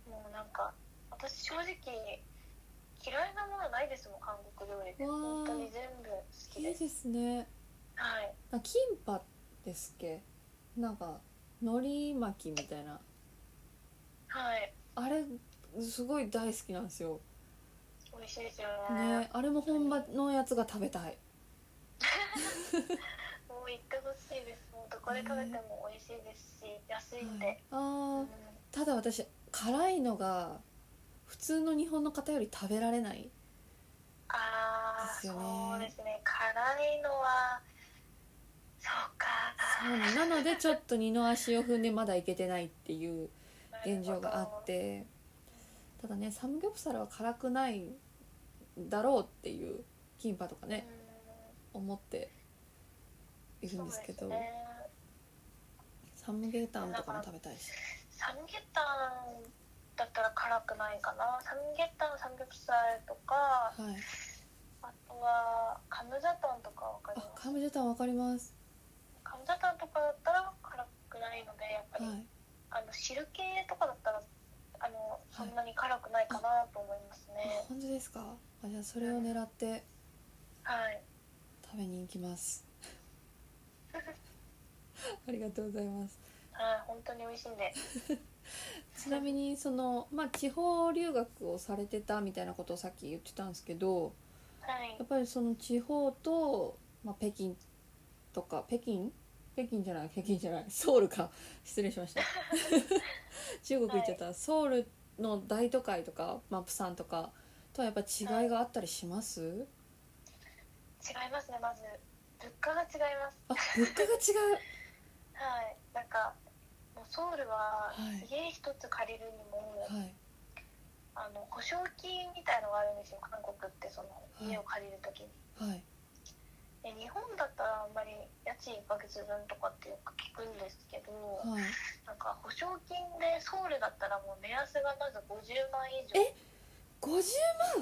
[SPEAKER 2] もうなんか私正直嫌いなものないですもん韓国料理で
[SPEAKER 1] わー
[SPEAKER 2] 本当に全部好き
[SPEAKER 1] い
[SPEAKER 2] で
[SPEAKER 1] い
[SPEAKER 2] す
[SPEAKER 1] ですね
[SPEAKER 2] はい
[SPEAKER 1] あキンパですっけなんか海苔巻きみたいな
[SPEAKER 2] はい
[SPEAKER 1] あれすごい大好きなんですよ
[SPEAKER 2] 美味しいですよね
[SPEAKER 1] ねあれも本場のやつが食べたい
[SPEAKER 2] もう行ってほしいですもうどこで食べても美味しいですし安いんで、
[SPEAKER 1] はいあ
[SPEAKER 2] う
[SPEAKER 1] ー
[SPEAKER 2] ん
[SPEAKER 1] ただ私辛いのが普通の日本の方より食べられない
[SPEAKER 2] ああ、
[SPEAKER 1] ですよね
[SPEAKER 2] そうですね辛いのはそうか
[SPEAKER 1] そうなのでちょっと二の足を踏んでまだいけてないっていう現状があってただねサムギョプサルは辛くないだろうっていうキンパとか
[SPEAKER 2] なる
[SPEAKER 1] ね思ってい
[SPEAKER 2] ほ
[SPEAKER 1] る
[SPEAKER 2] どうん
[SPEAKER 1] ですけ
[SPEAKER 2] そう
[SPEAKER 1] ど
[SPEAKER 2] ね
[SPEAKER 1] サムゲタンとかも食べたいし
[SPEAKER 2] サムゲタンだったら辛くないかなサムゲタンサムギョプサルとか
[SPEAKER 1] はい
[SPEAKER 2] あとはカムジャタンとかわかり
[SPEAKER 1] あ
[SPEAKER 2] ます
[SPEAKER 1] カムジャタンわかります
[SPEAKER 2] カムジャタンとかだったら辛くないのでやっぱり、
[SPEAKER 1] はい
[SPEAKER 2] あの汁系とかだったらあのそんなに辛くないかなと思います
[SPEAKER 1] あ
[SPEAKER 2] ね
[SPEAKER 1] 本当ですかあじゃあそれを狙って
[SPEAKER 2] はい
[SPEAKER 1] 食べに行きます ありがとうございます
[SPEAKER 2] はい本当に美味しいんで
[SPEAKER 1] ちなみにそのまあ地方留学をされてたみたいなことをさっき言ってたんですけど
[SPEAKER 2] はい
[SPEAKER 1] やっぱりその地方と、まあ、北京とか北京北京じゃない北京じゃない ソウルか失礼しました 中国行っちゃった、ソウルの大都会とか、まあ、プサンとかとはやっぱ違いがあったりします、
[SPEAKER 2] 違いますねまず物価が違います
[SPEAKER 1] あ物価が違う
[SPEAKER 2] はいなんかもうソウルは
[SPEAKER 1] はい
[SPEAKER 2] 家一つ借りるにも、
[SPEAKER 1] はい
[SPEAKER 2] あの保証金みたいのがあるんですよ韓国ってその
[SPEAKER 1] い
[SPEAKER 2] 家を借りるときに、
[SPEAKER 1] はい
[SPEAKER 2] で日本だったらあんまり家賃1ヶ月分とかってよく聞くんですけど、
[SPEAKER 1] はい
[SPEAKER 2] なんか保証金でソウルだったらもう目安がまず50万以上
[SPEAKER 1] え50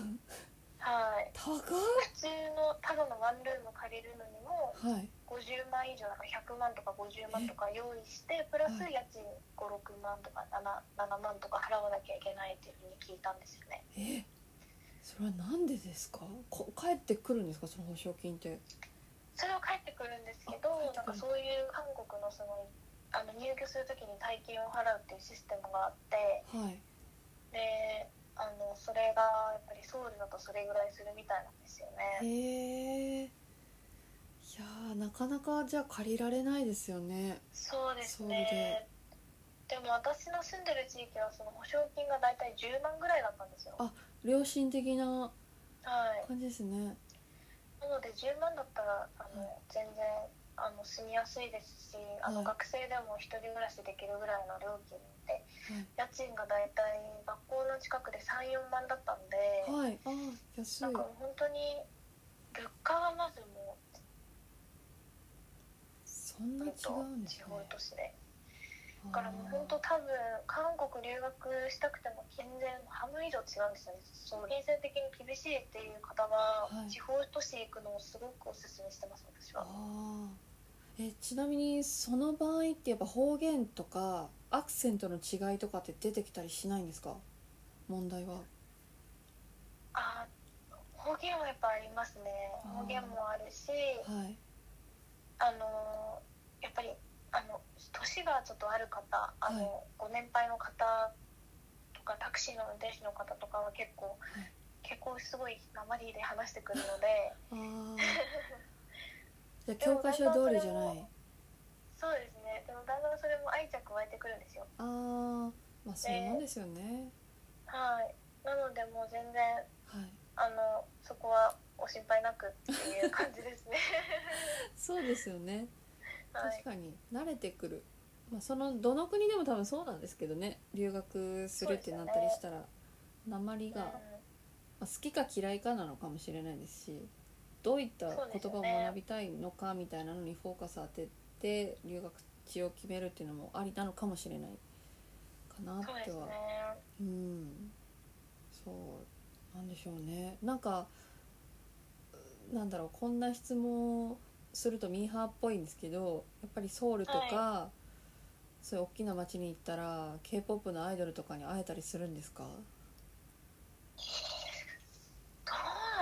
[SPEAKER 1] 万
[SPEAKER 2] はい
[SPEAKER 1] 高
[SPEAKER 2] 普通のただのワンルーム借りるのにも
[SPEAKER 1] いはい
[SPEAKER 2] 50万以上なんか100万とか50万とか用意してプラス家賃56万とか 7, 7万とか払わなきゃいけないっていうふうに聞いたんですよね
[SPEAKER 1] えそれはなんでですかこ帰ってくるんですかその保証金って
[SPEAKER 2] それは返ってくるんですけど
[SPEAKER 1] あ
[SPEAKER 2] な
[SPEAKER 1] 返
[SPEAKER 2] ん
[SPEAKER 1] ってくる
[SPEAKER 2] かそういう韓国のそのあの入居するときに大金を払うっていうシステムがあって
[SPEAKER 1] はい
[SPEAKER 2] であのそれがやっぱりソウルだとそれぐらいするみたいなんですよね
[SPEAKER 1] へえいやーなかなかじゃあ借りられないですよね
[SPEAKER 2] そうです
[SPEAKER 1] そうで
[SPEAKER 2] ねでも私の住んでる地域はその保証金が大体10万ぐらいだったんですよ
[SPEAKER 1] あ
[SPEAKER 2] は
[SPEAKER 1] 良心的ない感じですね
[SPEAKER 2] なので10万だったらあ
[SPEAKER 1] は
[SPEAKER 2] の全然あの住みやすいですしあ
[SPEAKER 1] は
[SPEAKER 2] の
[SPEAKER 1] い
[SPEAKER 2] 学生でも一人暮らしできるぐらいの料金で
[SPEAKER 1] はい
[SPEAKER 2] 家賃が大体学校の近くで34万だったんで
[SPEAKER 1] はいあー安い
[SPEAKER 2] なんかもう本当に物価はまずもう
[SPEAKER 1] そんな違
[SPEAKER 2] 本当
[SPEAKER 1] うんです
[SPEAKER 2] 地
[SPEAKER 1] ね
[SPEAKER 2] 方都市で
[SPEAKER 1] だ
[SPEAKER 2] だからもう本当多分韓国留学したくても全然半分以上違うんですよねそう金銭的に厳しいっていう方は
[SPEAKER 1] はい
[SPEAKER 2] 地方都市行くのをすごくおすすめしてます私は
[SPEAKER 1] あーえちなみにその場合ってやっぱ方言とかアクセントの違いとかって出てきたりしないんですか問題は
[SPEAKER 2] あー方言はやっぱありますね
[SPEAKER 1] あー
[SPEAKER 2] 方言もあるし
[SPEAKER 1] はい
[SPEAKER 2] あのーやっぱりあの年がちょっとある方あの、
[SPEAKER 1] はい
[SPEAKER 2] ご年配の方とかタクシーの運転手の方とかは結構、
[SPEAKER 1] い
[SPEAKER 2] 結構すごい鉛で話してくるので
[SPEAKER 1] あーじゃあ教科書通りじゃない
[SPEAKER 2] そうですねでもだんだんそれも愛着湧いてくるんですよ
[SPEAKER 1] あーまあそうなんですよね、
[SPEAKER 2] はいなのでもう全然
[SPEAKER 1] はい
[SPEAKER 2] あのそこはお心配なくっていう感じです ね
[SPEAKER 1] そうですよね
[SPEAKER 2] はい
[SPEAKER 1] 確かに慣れてくる、まあ、そのどの国でも多分そうなんですけどね留学するってなったりしたら鉛が、まあ、好きか嫌いかなのかもしれないですしどういった
[SPEAKER 2] そうです
[SPEAKER 1] 言葉
[SPEAKER 2] よ
[SPEAKER 1] を
[SPEAKER 2] ね
[SPEAKER 1] 学びたいのかみたいなのにフォーカス当てて留学地を決めるっていうのもありなのかもしれないかな
[SPEAKER 2] うん、
[SPEAKER 1] と
[SPEAKER 2] そう
[SPEAKER 1] は
[SPEAKER 2] ですね
[SPEAKER 1] うんそうなんでしょうねなんかうなんだろうこんな質問をするとミーハーっぽいんですけどやっぱりソウルとか、そういう大きな街に行ったら k p o p のアイドルとかに会えたりするんですか
[SPEAKER 2] どうな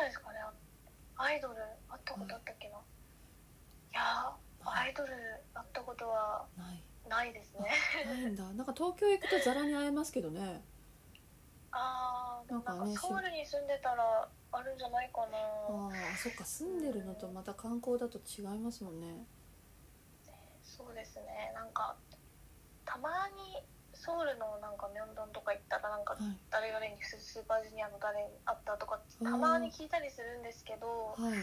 [SPEAKER 2] んですかねアイドル会ったことあったっけな、いやーアイドル会ったことは
[SPEAKER 1] ない
[SPEAKER 2] ないですね
[SPEAKER 1] ないんだ なんか東京行くとザラに会えますけど ね
[SPEAKER 2] ああでも
[SPEAKER 1] な
[SPEAKER 2] な
[SPEAKER 1] んか
[SPEAKER 2] ん
[SPEAKER 1] ね
[SPEAKER 2] かソウルに住んでたらあるんじゃないかな
[SPEAKER 1] ああそっか住んでるのとまた観光だと違いますもんね
[SPEAKER 2] そうですねなんかたまにソウルのなんかミョンドンとか行ったらなんか
[SPEAKER 1] はい
[SPEAKER 2] 誰々にススーパージュニアの誰に会ったとかってたまに聞いたりするんですけど
[SPEAKER 1] はい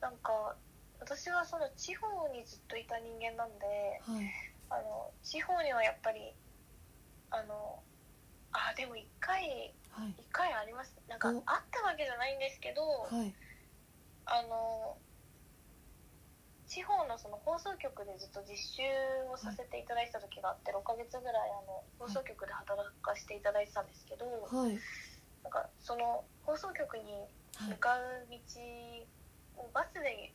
[SPEAKER 2] なんか私はその地方にずっといた人間なんで
[SPEAKER 1] はい
[SPEAKER 2] あの地方にはやっぱりあのあでも一回
[SPEAKER 1] はい
[SPEAKER 2] 一回ありますなんかあ
[SPEAKER 1] お
[SPEAKER 2] ったわけじゃないんですけど
[SPEAKER 1] はい
[SPEAKER 2] あの地方のその放送局でずっと実習をさせていただいてた時があって6ヶ月ぐらいあの放送局で働かせていただいてたんですけど
[SPEAKER 1] はい
[SPEAKER 2] なんかその放送局に
[SPEAKER 1] は
[SPEAKER 2] 向
[SPEAKER 1] い
[SPEAKER 2] かう道をバスで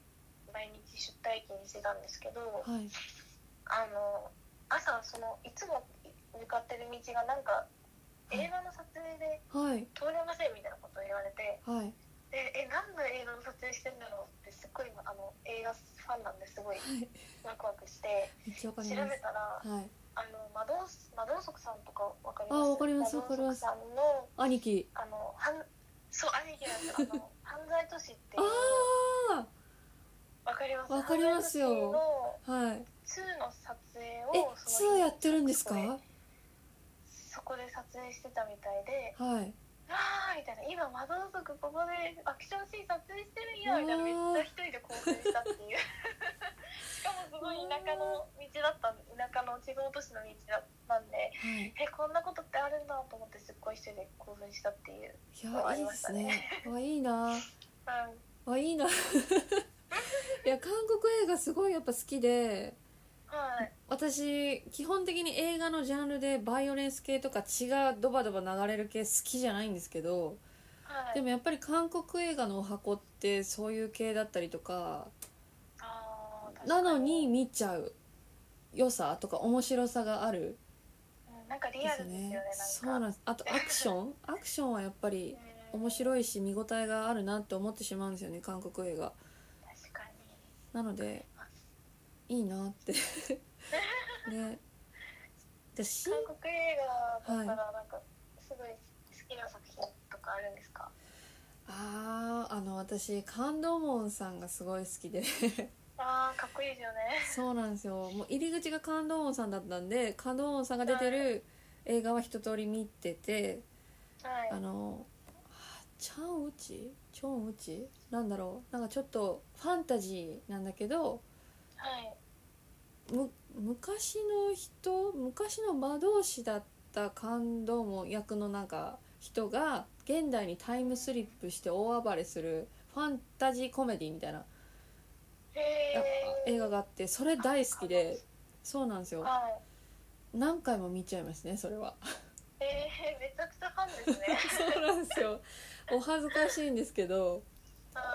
[SPEAKER 2] 毎日出退勤してたんですけど
[SPEAKER 1] はい
[SPEAKER 2] あの朝そのいつも向かってる道がなんか映画の撮影で
[SPEAKER 1] はい
[SPEAKER 2] 通れませんみたいなことを言われて
[SPEAKER 1] はい
[SPEAKER 2] でえ何の映画の撮影してんだろうってすっごいあの映画ファンなんですごい
[SPEAKER 1] はい
[SPEAKER 2] ワクワクして
[SPEAKER 1] めっちゃわか
[SPEAKER 2] 調
[SPEAKER 1] り
[SPEAKER 2] べ
[SPEAKER 1] ます
[SPEAKER 2] たら
[SPEAKER 1] はい
[SPEAKER 2] あのマドンスマドンソクさんとかわかります
[SPEAKER 1] あわかります
[SPEAKER 2] マドンソクさんの
[SPEAKER 1] 兄貴
[SPEAKER 2] あのはんそう兄貴なんですあの犯罪都市っていう
[SPEAKER 1] あ
[SPEAKER 2] わかります
[SPEAKER 1] わかりますよ
[SPEAKER 2] 犯罪都市の
[SPEAKER 1] あはい
[SPEAKER 2] 2の撮影
[SPEAKER 1] え
[SPEAKER 2] をその
[SPEAKER 1] 2やってるんですか
[SPEAKER 2] そこそこで撮影してたみたいで
[SPEAKER 1] はい
[SPEAKER 2] わーみたいな今窓の族ここでアクションシーン撮影してるんやみたいなめっちゃ一人で興奮したって いうしかもすごい田舎の道だった田舎の地方都市の道だったんで
[SPEAKER 1] はい
[SPEAKER 2] えこんなことってあるんだと思ってすっごい一人で興奮したっていう、
[SPEAKER 1] い
[SPEAKER 2] わ
[SPEAKER 1] やい
[SPEAKER 2] かり
[SPEAKER 1] いで
[SPEAKER 2] まし
[SPEAKER 1] す
[SPEAKER 2] た
[SPEAKER 1] ねわいいな
[SPEAKER 2] うん、
[SPEAKER 1] わいい ないや韓国映画すごいやっぱ好きで
[SPEAKER 2] はい
[SPEAKER 1] 私基本的に映画のジャンルでバイオレンス系とか血がドバドバ流れる系好きじゃないんですけど
[SPEAKER 2] はい
[SPEAKER 1] でもやっぱり韓国映画のお箱ってそういう系だったりとか
[SPEAKER 2] あー確か
[SPEAKER 1] なのに見ちゃう良さとか面白さがある
[SPEAKER 2] うんなんか
[SPEAKER 1] で
[SPEAKER 2] リア
[SPEAKER 1] す
[SPEAKER 2] ルですよ
[SPEAKER 1] ね
[SPEAKER 2] ね
[SPEAKER 1] そう
[SPEAKER 2] な
[SPEAKER 1] なん
[SPEAKER 2] か
[SPEAKER 1] んですあとアクション アクションはやっぱり面
[SPEAKER 2] い
[SPEAKER 1] 白いし見応えがあるなって思ってしまうんですよね韓国映画
[SPEAKER 2] 確かに
[SPEAKER 1] なのでいいなって ねでし
[SPEAKER 2] 韓国映画だったらなんかすごい好きな作品とかあるんですか、
[SPEAKER 1] あーあの私感動門さんがすごい好き で
[SPEAKER 2] あーかっこいいですよね
[SPEAKER 1] そうなんですよもう入り口が感動門さんだったんで感動門さんが出てる映画は一通り見てて
[SPEAKER 2] はい
[SPEAKER 1] あのあチャンウチチョンウチなんだろうなんかちょっとファンタジーなんだけど
[SPEAKER 2] はい
[SPEAKER 1] む昔の人昔の魔導士だった感動も役のなんか人が現代にタイムスリップして大暴れするファンタジーコメディみたいな
[SPEAKER 2] へ
[SPEAKER 1] や
[SPEAKER 2] え
[SPEAKER 1] 映画があってそれ大好きでそうなんですよ
[SPEAKER 2] は
[SPEAKER 1] 何回も見ちゃいますねそれは
[SPEAKER 2] いえー、めちゃくちゃファンですね
[SPEAKER 1] そうなんですよお恥ずかしいんですけど
[SPEAKER 2] は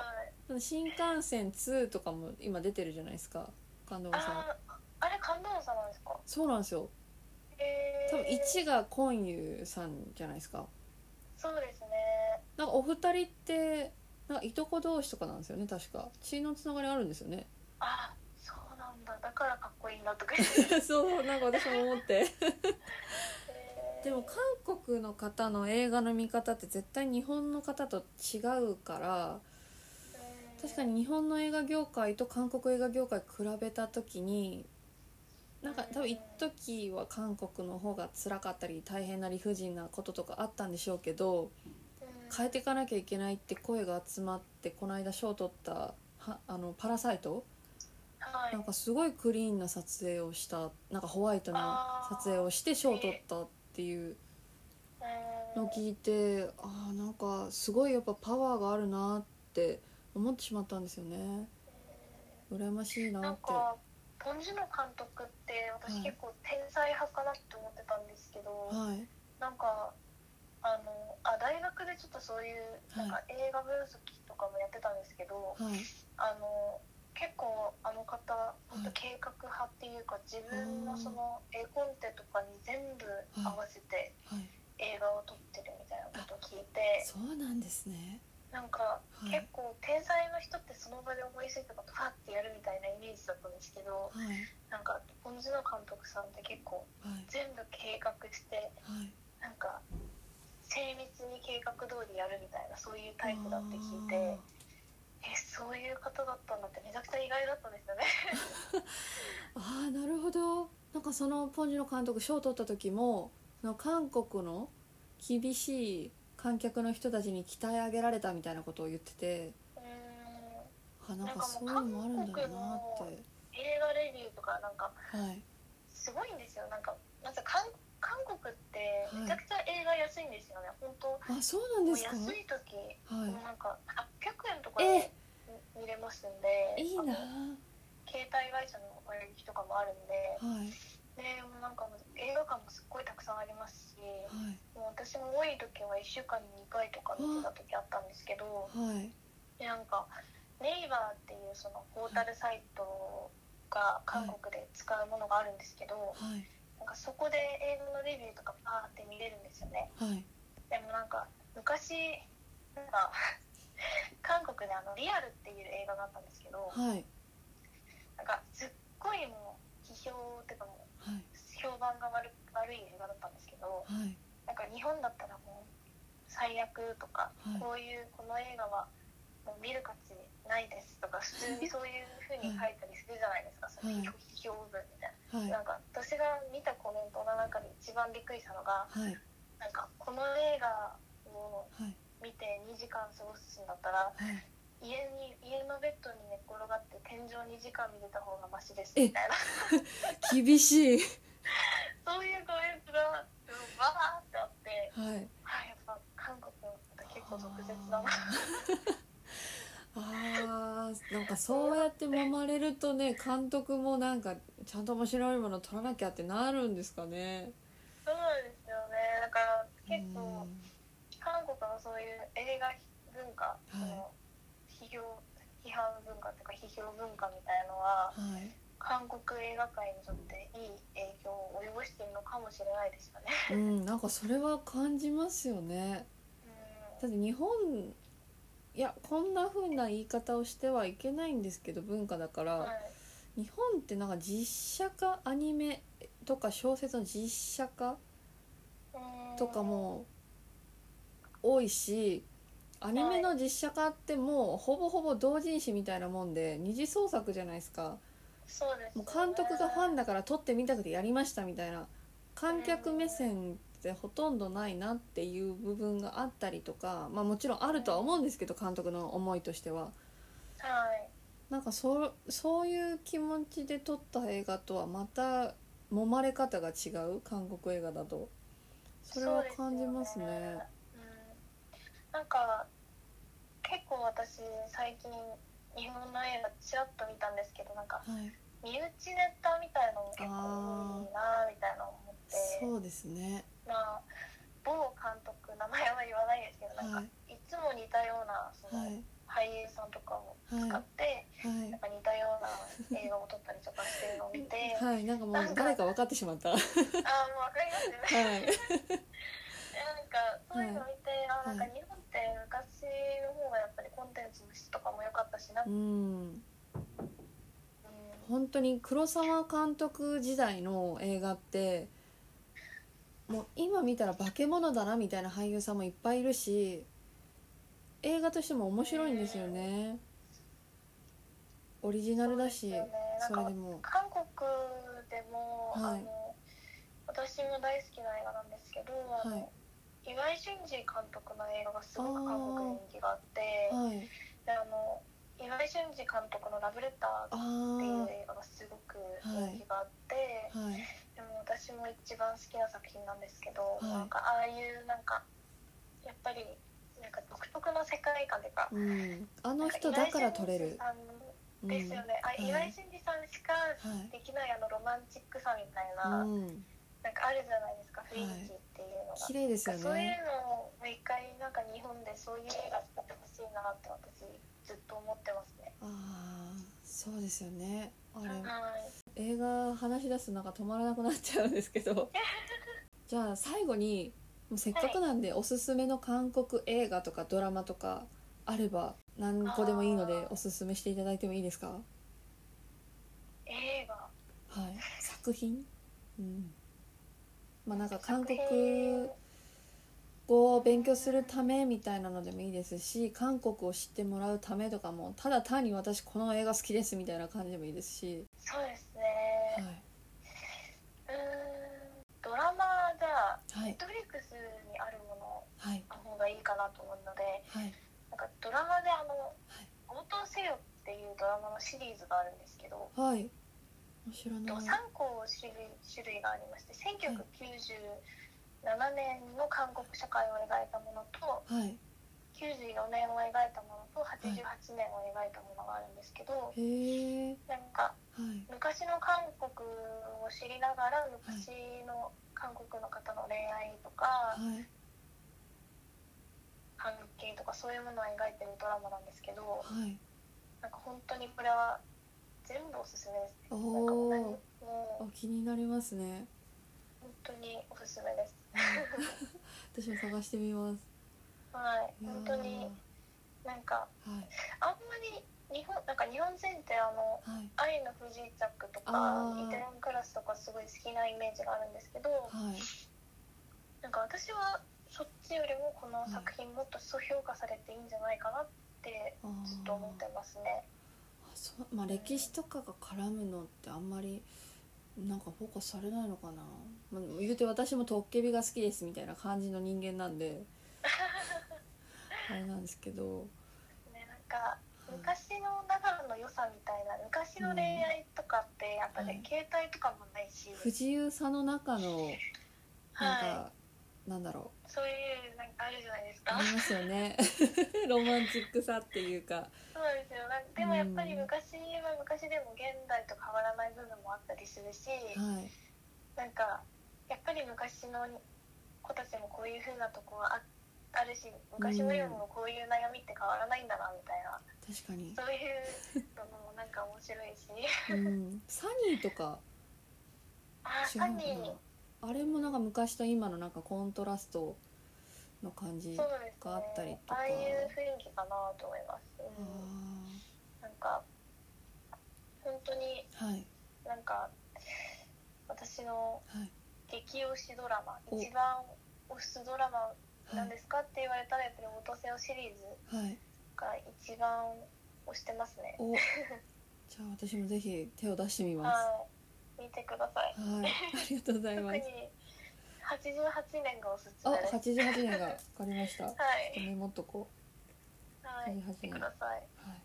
[SPEAKER 2] い
[SPEAKER 1] 新幹線2とかも今出てるじゃないですか感動さん
[SPEAKER 2] あーあれ感動さなんですか
[SPEAKER 1] そうなんですよ
[SPEAKER 2] へえ
[SPEAKER 1] 多
[SPEAKER 2] ー、
[SPEAKER 1] 分1がコンユさんじゃないですか
[SPEAKER 2] そうですね
[SPEAKER 1] なんかお二人ってなんかいとこ同士とかなんですよね確か血のつながりあるんですよね
[SPEAKER 2] あそうなんだだからかっこいいなとか
[SPEAKER 1] そうなんか私も思って
[SPEAKER 2] えー
[SPEAKER 1] でも韓国の方の映画の見方って絶対日本の方と違うから
[SPEAKER 2] うん
[SPEAKER 1] 確かに日本の映画業界と韓国映画業界比べた時になんか多分一時は韓国の方が辛かったり大変な理不尽なこととかあったんでしょうけど
[SPEAKER 2] うん
[SPEAKER 1] 変えていかなきゃいけないって声が集まってこの間賞を取ったはあのパラサイト
[SPEAKER 2] はい
[SPEAKER 1] なんかすごいクリーンな撮影をしたなんかホワイトな撮影をして賞を取ったっていうのを
[SPEAKER 2] うん
[SPEAKER 1] 聞いてああなんかすごいやっぱパワーがあるなって思ってしまったんですよね羨ましいな
[SPEAKER 2] な
[SPEAKER 1] っ
[SPEAKER 2] ん
[SPEAKER 1] ては
[SPEAKER 2] かポン・ジュノ監督って
[SPEAKER 1] はい
[SPEAKER 2] 私結構天才派かなって思ってたんですけど、
[SPEAKER 1] い
[SPEAKER 2] なんかあのあ大学でちょっとそういう
[SPEAKER 1] は
[SPEAKER 2] ないんか映画分析とかもやってたんですけど、
[SPEAKER 1] はい
[SPEAKER 2] あの結構あの方本
[SPEAKER 1] はい
[SPEAKER 2] 当計画派っていうか自分
[SPEAKER 1] あー
[SPEAKER 2] のその絵コンテとかに全部合わせて
[SPEAKER 1] はい
[SPEAKER 2] 映画を撮ってるみたいなことを聞いて、
[SPEAKER 1] そうなんですね
[SPEAKER 2] なんか
[SPEAKER 1] はい
[SPEAKER 2] 結構天才の人ってその場で思いついたことファッてやるみたいなイメージだったんですけど。
[SPEAKER 1] はい
[SPEAKER 2] なんかポンジの監督さんって結構
[SPEAKER 1] はい
[SPEAKER 2] 全部計画して
[SPEAKER 1] はい
[SPEAKER 2] なんか精密に計画通りやるみたいなそういうタイプだって聞いて
[SPEAKER 1] あ
[SPEAKER 2] えそういう方だったんだってめちゃくちゃ意外だったんですよね
[SPEAKER 1] ーあーなるほどなんかそのポンジュの監督賞を取った時もその韓国の厳しい観客の人たちに鍛え上げられたみたいなことを言ってて
[SPEAKER 2] うーん
[SPEAKER 1] あなんかそういうのもあるんだよなっ
[SPEAKER 2] なん
[SPEAKER 1] て
[SPEAKER 2] 映画レビューとかなんか
[SPEAKER 1] はい
[SPEAKER 2] すごいんですよなんかまず韓韓国って
[SPEAKER 1] はい
[SPEAKER 2] めちゃくちゃ映画安いんですよね、本当も
[SPEAKER 1] あそうなん
[SPEAKER 2] う
[SPEAKER 1] ですか
[SPEAKER 2] 安い時、
[SPEAKER 1] はい
[SPEAKER 2] もうなんか800円とか
[SPEAKER 1] え
[SPEAKER 2] で見れますんで
[SPEAKER 1] いいな
[SPEAKER 2] あの携帯会社の割引とかもあるんで、
[SPEAKER 1] はい
[SPEAKER 2] でもうなんかもう映画館もすっごいたくさんありますし
[SPEAKER 1] はい
[SPEAKER 2] もう私も多い時は1週間に2回とか見てた時あったんですけ
[SPEAKER 1] は
[SPEAKER 2] ど
[SPEAKER 1] い
[SPEAKER 2] でなんかネイバーっていうそのポータルサイトが韓国で使うものがあるんですけ
[SPEAKER 1] は
[SPEAKER 2] ど
[SPEAKER 1] い
[SPEAKER 2] なんかそこで映画のレビューとかパーって見れるんですよね
[SPEAKER 1] はい
[SPEAKER 2] でもなんか昔なんか 韓国であの「リアル」っていう映画があったんですけど
[SPEAKER 1] はい
[SPEAKER 2] なんかすっごいもう批評っていうかもう
[SPEAKER 1] はい
[SPEAKER 2] 評判が悪悪い映画だったんですけど
[SPEAKER 1] はい
[SPEAKER 2] なんか日本だったらもう最悪とか、
[SPEAKER 1] はい
[SPEAKER 2] こういうこの映画はもう見る価値ないですとか普通にそういうふうに書いたりするじゃないですか、その
[SPEAKER 1] はい
[SPEAKER 2] 拒否表文みたい
[SPEAKER 1] は
[SPEAKER 2] な。
[SPEAKER 1] い
[SPEAKER 2] なんか私が見たコメントの中で一番びっくりしたのが
[SPEAKER 1] はい
[SPEAKER 2] なんかこの映画を
[SPEAKER 1] はい
[SPEAKER 2] 見て2時間過ごすんだったら
[SPEAKER 1] はい
[SPEAKER 2] 家に家のベッドに寝っ転がって天井2時間見てた方がマシですみたいな
[SPEAKER 1] 厳しい
[SPEAKER 2] そういうコメントがうんわーってあって
[SPEAKER 1] はい
[SPEAKER 2] あやっぱ韓国の方結構毒舌だ
[SPEAKER 1] あ
[SPEAKER 2] な
[SPEAKER 1] あーなんかそうやって揉まれるとね監督もなんかちゃんと面白いもの撮らなきゃってなるんですかね
[SPEAKER 2] そうなんですよねだから結
[SPEAKER 1] う
[SPEAKER 2] 構
[SPEAKER 1] ん
[SPEAKER 2] 韓国のそういう映画文化、
[SPEAKER 1] い
[SPEAKER 2] その批評批判文化とか批評文化みたいのは
[SPEAKER 1] はい
[SPEAKER 2] 韓国映画界にとっていい影響を及ぼしているのかもしれないで すよね。
[SPEAKER 1] うん、なんかそれは感じますよね
[SPEAKER 2] うん
[SPEAKER 1] だって日本いやこんな風な言い方をしてはいけないんですけど文化だから、
[SPEAKER 2] はい
[SPEAKER 1] 日本ってなんか実写化アニメとか小説の実写化
[SPEAKER 2] うん
[SPEAKER 1] とかも多いしアニメの実写化ってもうほぼほぼ同人誌みたいなもんで二次創作じゃないですか
[SPEAKER 2] そうです
[SPEAKER 1] もう監督がファン
[SPEAKER 2] だ
[SPEAKER 1] だから撮ってみたくてやりましたみたいな観客目線ってほとんどないなっていう部分があったりとかまあもちろんあるとは思うんですけど監督の思いとしては
[SPEAKER 2] はい
[SPEAKER 1] なんかそうそういう気持ちで撮った映画とはまた揉まれ方が違う韓国映画だとそれは感じますね
[SPEAKER 2] そうでようん、なんか結構私最近日本の映画ちらっと見たんですけどなんか
[SPEAKER 1] はい
[SPEAKER 2] 身内ネタみたいのも結構多いなみたいな思って
[SPEAKER 1] そうですね
[SPEAKER 2] まあ某監督名前は言わないですけどなんか、
[SPEAKER 1] はい
[SPEAKER 2] い、つも似たようなそ
[SPEAKER 1] は
[SPEAKER 2] の
[SPEAKER 1] い
[SPEAKER 2] 俳優さんとか
[SPEAKER 1] は
[SPEAKER 2] を使
[SPEAKER 1] い
[SPEAKER 2] って、
[SPEAKER 1] はい
[SPEAKER 2] なんか似たような映画を撮ったりとかしてるのを見てあ
[SPEAKER 1] はい、なんかもう誰か分かってしま った。は
[SPEAKER 2] あもう分かりますよね
[SPEAKER 1] い、
[SPEAKER 2] なんかそういうの見て、あなんか
[SPEAKER 1] はい
[SPEAKER 2] 日本って昔の方がやっぱりコンテンツの質とかも良かったしな、
[SPEAKER 1] う
[SPEAKER 2] う
[SPEAKER 1] んん、本当に黒沢監督時代の映画って。もう今見たら化け物だなみたいな俳優さんもいっぱいいるし。映画としても面白いんですよね。オリジナルだし、
[SPEAKER 2] そうです
[SPEAKER 1] そ
[SPEAKER 2] よね
[SPEAKER 1] れでも。
[SPEAKER 2] 韓国でも、
[SPEAKER 1] はい
[SPEAKER 2] あの私も大好きな映画なんですけど、あの岩井俊二監督の映画がすごく韓国で人気があって
[SPEAKER 1] はい、
[SPEAKER 2] であの岩井俊二監督の「ラブレタ
[SPEAKER 1] あ
[SPEAKER 2] ー」ってい
[SPEAKER 1] あ
[SPEAKER 2] う映画がすごく人気があって、
[SPEAKER 1] ー、はい、
[SPEAKER 2] でも私も一番好きな作品なんですけど、
[SPEAKER 1] はい
[SPEAKER 2] なんかああいうなんかやっぱりなんか独特の世界観というか、
[SPEAKER 1] うん、あ
[SPEAKER 2] な
[SPEAKER 1] の
[SPEAKER 2] んか
[SPEAKER 1] 人だから撮れる。う
[SPEAKER 2] 岩井
[SPEAKER 1] ん、
[SPEAKER 2] 俊二さんですよね、あ
[SPEAKER 1] うん
[SPEAKER 2] 岩井俊二さんしか
[SPEAKER 1] はい
[SPEAKER 2] できないあのロマンチックさみたいな、
[SPEAKER 1] うん、
[SPEAKER 2] なんかあるじゃないですか
[SPEAKER 1] い
[SPEAKER 2] 雰囲気っていうのが、
[SPEAKER 1] 綺麗ですよ
[SPEAKER 2] そういう
[SPEAKER 1] ね。
[SPEAKER 2] のを毎回なんか日本でそういう映画作ってほしいなって私ずっと思ってますね。
[SPEAKER 1] ああ、そうですよね。あれ。
[SPEAKER 2] はい
[SPEAKER 1] 映画話し出すとなんか止まらなくなっちゃうんですけ どじゃあ最後にもうせっかくなんでおすすめの韓国映画とかドラマとかあれば何個でもいいので
[SPEAKER 2] あー
[SPEAKER 1] おすすめしていただいてもいいですか
[SPEAKER 2] 映画
[SPEAKER 1] はい作品うんまあなんか韓
[SPEAKER 2] 作
[SPEAKER 1] 国
[SPEAKER 2] 品
[SPEAKER 1] 語を勉強するためみたいなのでもいいですし韓国を知ってもらうためとかもただ単に私この映画好きですみたいな感じでもいいですし、
[SPEAKER 2] そうです
[SPEAKER 1] はい
[SPEAKER 2] ね、うーんドラマじゃあ
[SPEAKER 1] はい
[SPEAKER 2] ネットフリックスにあるもの
[SPEAKER 1] はい
[SPEAKER 2] の方がいいかなと思うので
[SPEAKER 1] はい
[SPEAKER 2] なんかドラマであの「応答せよ」っていうドラマのシリーズがあるんですけど、
[SPEAKER 1] はい。面白い
[SPEAKER 2] と
[SPEAKER 1] な。
[SPEAKER 2] 3個種類種類がありまして1997年の韓国社会を描いたものと
[SPEAKER 1] はい。
[SPEAKER 2] 94年を描いたものと88年を描いたものがあるんですけど
[SPEAKER 1] へえ。
[SPEAKER 2] なん
[SPEAKER 1] は
[SPEAKER 2] か
[SPEAKER 1] い。
[SPEAKER 2] 昔の韓国を知りながら昔の韓国の方の恋愛とか
[SPEAKER 1] はい。
[SPEAKER 2] 関係とかそういうものを描いてるドラマなんですけど
[SPEAKER 1] はい。
[SPEAKER 2] なんか本当にこれは全部おすすめですね。
[SPEAKER 1] お
[SPEAKER 2] なんかもう何
[SPEAKER 1] お。
[SPEAKER 2] もう
[SPEAKER 1] あ、気になります ね。
[SPEAKER 2] 本当におすすめです。
[SPEAKER 1] 私も探してみます。
[SPEAKER 2] はい、
[SPEAKER 1] いやー
[SPEAKER 2] 本当になんか
[SPEAKER 1] はい。
[SPEAKER 2] あんまり日本なんか日本人ってあの
[SPEAKER 1] はい。
[SPEAKER 2] 愛の不時着と
[SPEAKER 1] あ
[SPEAKER 2] か
[SPEAKER 1] ー
[SPEAKER 2] イテウォンクラスとかすごい好きなイメージがあるんですけど、
[SPEAKER 1] はい。
[SPEAKER 2] なんか私はそっちよりもこの作品もっとそう評価されていいんじゃないかなっって
[SPEAKER 1] あー
[SPEAKER 2] ずっと思ってますね。
[SPEAKER 1] あそうまあ歴史とかが絡むのってあんまりなんかフォーカスされないのかな、まあ、言うて私もトッケビが好きですみたいな感じの人間なん であれなんですけど
[SPEAKER 2] ねなんか昔の長野の良さみたいな昔の恋愛とかってやっぱ
[SPEAKER 1] うん
[SPEAKER 2] ね、携帯とかもないし、
[SPEAKER 1] 不自由さの中のなんか、
[SPEAKER 2] は
[SPEAKER 1] なんだろ
[SPEAKER 2] い、そういうなんかあるじゃないです
[SPEAKER 1] う
[SPEAKER 2] か
[SPEAKER 1] あ。りますよね ロマンチックさっていうか
[SPEAKER 2] そうですよなんでもやっぱり昔は昔でも現代と変わらない部分もあったりするし、
[SPEAKER 1] はい
[SPEAKER 2] なんかやっぱり昔の子たちもこういう風なとこはああるし昔のよりもこういう悩みって変わらないんだなみたいな、
[SPEAKER 1] 確かに、
[SPEAKER 2] そういうのもなんか面白い し
[SPEAKER 1] うん、サニーとか違
[SPEAKER 2] あ
[SPEAKER 1] う
[SPEAKER 2] サ
[SPEAKER 1] かな
[SPEAKER 2] ニー
[SPEAKER 1] あれもなんか昔と今のなんかコントラストの感じ
[SPEAKER 2] そう
[SPEAKER 1] あ
[SPEAKER 2] です
[SPEAKER 1] があったり
[SPEAKER 2] ね
[SPEAKER 1] とか
[SPEAKER 2] ああいう雰囲気かなと思います、うんなんか本当に
[SPEAKER 1] ーはい
[SPEAKER 2] なんか私の
[SPEAKER 1] はい
[SPEAKER 2] 激推しドラマ
[SPEAKER 1] お
[SPEAKER 2] 一番推すドラマ
[SPEAKER 1] は
[SPEAKER 2] ないんですかって言われたらやっぱり「元瀬をシリーズ
[SPEAKER 1] はい
[SPEAKER 2] が一番推してますね
[SPEAKER 1] おじゃあ私もぜひ手を出してみますは
[SPEAKER 2] はい見てください
[SPEAKER 1] いありがとうござい
[SPEAKER 2] 特
[SPEAKER 1] ます
[SPEAKER 2] に88年がおすす
[SPEAKER 1] あ
[SPEAKER 2] めです
[SPEAKER 1] 88年がわかりましたちょっ
[SPEAKER 2] は
[SPEAKER 1] と
[SPEAKER 2] い
[SPEAKER 1] メモっとこ
[SPEAKER 2] は
[SPEAKER 1] 88
[SPEAKER 2] い見てくださいう
[SPEAKER 1] はい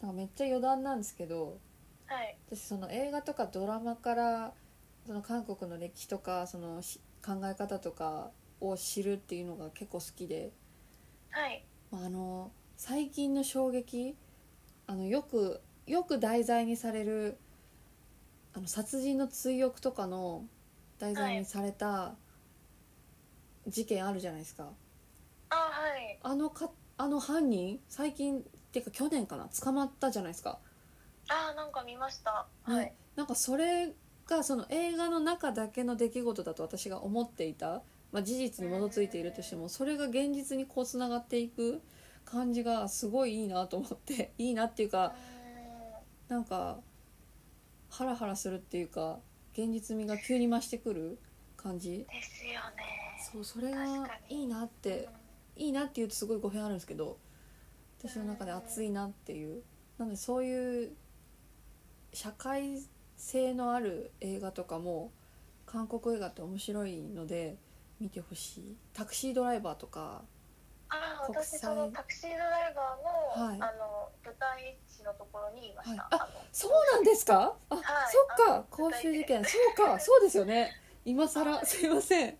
[SPEAKER 1] なんかめっちゃ余談なんですけど
[SPEAKER 2] はい
[SPEAKER 1] 私その映画とかドラマからその韓国の歴史とかそのし考え方とかを知るっていうのが結構好きで
[SPEAKER 2] はい
[SPEAKER 1] まああの最近の衝撃あのよくよく題材にされるあの殺人の追憶とかの題材にされた事件あるじゃないですか、
[SPEAKER 2] あはい
[SPEAKER 1] あのかあの犯人最近っていうか去年かな捕まったじゃないですか、
[SPEAKER 2] あなんか見ました
[SPEAKER 1] ね
[SPEAKER 2] はい
[SPEAKER 1] なんかそれがその映画の中だけの出来事だと私が思っていた、まあ、事実に基づいているとしてもそれが現実にこうつながっていく感じがすごいいいなと思って いいなっていう
[SPEAKER 2] うー
[SPEAKER 1] か
[SPEAKER 2] ん
[SPEAKER 1] なんかハラハラするっていうか現実味が急に増してくる感じ
[SPEAKER 2] ですよね
[SPEAKER 1] そうそれ
[SPEAKER 2] 確
[SPEAKER 1] が
[SPEAKER 2] かに
[SPEAKER 1] いいなっ
[SPEAKER 2] う
[SPEAKER 1] て
[SPEAKER 2] ん
[SPEAKER 1] いいなって言うとすごい語弊あるんですけど私の中で熱いなっていうなのでそういう社会性のある映画とかも韓国映画って面白いので見てほしいタクシードライバーとか
[SPEAKER 2] あ
[SPEAKER 1] 国
[SPEAKER 2] 私
[SPEAKER 1] 際
[SPEAKER 2] そのタクシードライバーの,、
[SPEAKER 1] はい
[SPEAKER 2] あの舞台地のところにいました、
[SPEAKER 1] はい
[SPEAKER 2] あ
[SPEAKER 1] そうなんですかあ、
[SPEAKER 2] はい
[SPEAKER 1] そっ
[SPEAKER 2] あ
[SPEAKER 1] か
[SPEAKER 2] の
[SPEAKER 1] 公衆事件そう かそうですよね今更
[SPEAKER 2] はい
[SPEAKER 1] すいません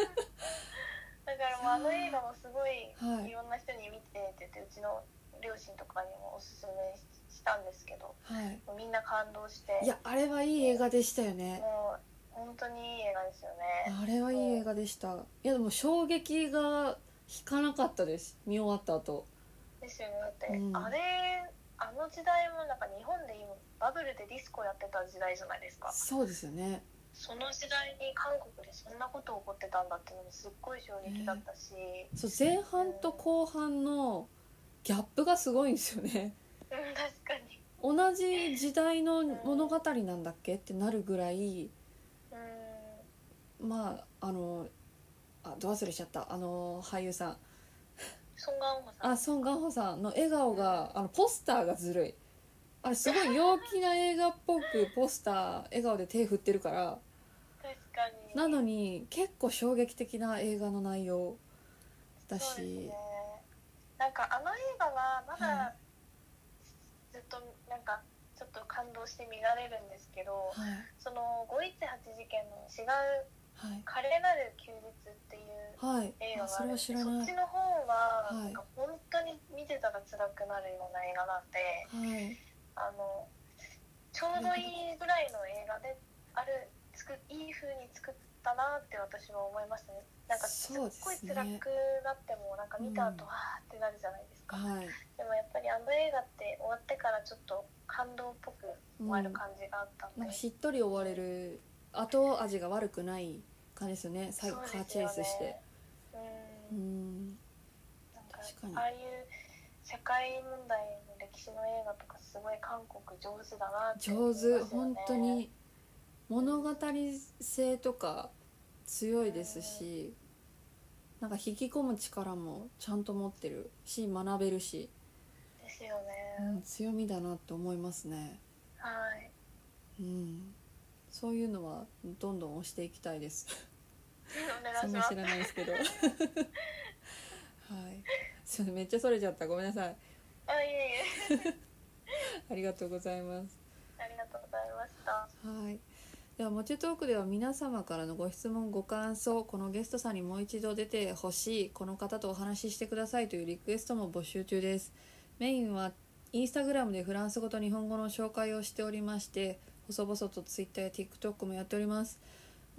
[SPEAKER 2] のだからもうあの映画もすごい
[SPEAKER 1] はい
[SPEAKER 2] いろんな人に見てって言ってうちの両親とかにもおすすめしたんですけど
[SPEAKER 1] はい
[SPEAKER 2] みんな感動して
[SPEAKER 1] いやあれはいい映画でしたよね
[SPEAKER 2] もう本当にいい映画ですよね
[SPEAKER 1] あれはいい映画でしたいやでも衝撃が引かなかったです見終わった後
[SPEAKER 2] ですよねだって、
[SPEAKER 1] うん
[SPEAKER 2] あれあの時代もなんか日本で今バブルでディスコやってた時代じゃないですか
[SPEAKER 1] そうですよね
[SPEAKER 2] その時代に韓国でそんなこと起こってたんだっていうのもすっごい衝撃だったし、
[SPEAKER 1] そう前半と後半のギャップがすごいんですよね
[SPEAKER 2] うん確かに
[SPEAKER 1] 同じ時代の物語なんだっけってなるぐらい
[SPEAKER 2] うん
[SPEAKER 1] まああのあど忘れしちゃったあの俳優さん
[SPEAKER 2] ソン・ガンホさん
[SPEAKER 1] あソン・ガンホさんの笑顔があのポスターがずるいあれすごい陽気な映画っぽくポスター笑顔で手振ってるから
[SPEAKER 2] 確かに
[SPEAKER 1] なのに結構衝撃的な映画の内容だ
[SPEAKER 2] そう
[SPEAKER 1] し
[SPEAKER 2] ですね、なんかあの映画はま
[SPEAKER 1] は
[SPEAKER 2] だずっとなんかちょっと感動して見られるんですけど
[SPEAKER 1] はい
[SPEAKER 2] その518事件の「違う
[SPEAKER 1] はい
[SPEAKER 2] 華麗なる休日」っていう
[SPEAKER 1] はい
[SPEAKER 2] 映
[SPEAKER 1] あ
[SPEAKER 2] 画が
[SPEAKER 1] そ
[SPEAKER 2] あ
[SPEAKER 1] れ
[SPEAKER 2] るん
[SPEAKER 1] は
[SPEAKER 2] です
[SPEAKER 1] 知
[SPEAKER 2] け
[SPEAKER 1] ら
[SPEAKER 2] どそ
[SPEAKER 1] な
[SPEAKER 2] っ
[SPEAKER 1] い
[SPEAKER 2] ちの方
[SPEAKER 1] は
[SPEAKER 2] は
[SPEAKER 1] い
[SPEAKER 2] なんか本当に見てたら辛くなるような映画なんで、
[SPEAKER 1] はい
[SPEAKER 2] あのちょうどいいぐらいの映画であるつくいい風に作ったなって私は思いましたねなんかすっ
[SPEAKER 1] そうです
[SPEAKER 2] ごい
[SPEAKER 1] ね
[SPEAKER 2] 辛くなってもなんか見た後
[SPEAKER 1] うん
[SPEAKER 2] はあってなるじゃないですか、
[SPEAKER 1] はい、
[SPEAKER 2] でもやっぱりあの映画って終わってからちょっと感動っぽく終わる感じがあったんで、
[SPEAKER 1] なんかしっとり終われる後味が悪くない感じですよね最後カーチェイスして、
[SPEAKER 2] そ
[SPEAKER 1] う
[SPEAKER 2] うですよね
[SPEAKER 1] ん
[SPEAKER 2] うんなんかああいう社会問題の歴史の映画とかすごい韓国上手だなって思
[SPEAKER 1] 上
[SPEAKER 2] いますよ
[SPEAKER 1] 手
[SPEAKER 2] ね
[SPEAKER 1] 本当に物語性とか強いですし、なんか引き込む力もちゃんと持ってるし学べるし、
[SPEAKER 2] ですよ
[SPEAKER 1] う
[SPEAKER 2] ね、
[SPEAKER 1] ん、強みだなって思いますね、
[SPEAKER 2] は
[SPEAKER 1] う
[SPEAKER 2] い
[SPEAKER 1] ん、そういうのはどんどん押していきたいです
[SPEAKER 2] お願
[SPEAKER 1] そ
[SPEAKER 2] い
[SPEAKER 1] ん
[SPEAKER 2] し
[SPEAKER 1] な
[SPEAKER 2] ます
[SPEAKER 1] 知らないですけどはい すい ませんめっちゃそれちゃったごめんなさい
[SPEAKER 2] あいえいえ
[SPEAKER 1] ありがとうございます
[SPEAKER 2] ありがとうございました
[SPEAKER 1] はいでは「もちトーク」では皆様からのご質問ご感想このゲストさんにもう一度出てほしいこの方とお話ししてくださいというリクエストも募集中ですメインはインスタグラムでフランス語と日本語の紹介をしておりまして細々と Twitter や TikTok もやっております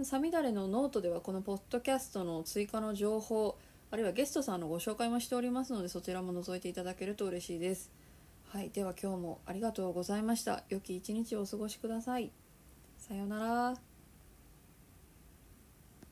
[SPEAKER 1] サミダレのノートではこのポッドキャストの追加の情報あるいはゲストさんのご紹介もしておりますのでそちらも覗いていただけると嬉しいですはい、では今日もありがとうございました。良き一日をお過ごしください。さようなら。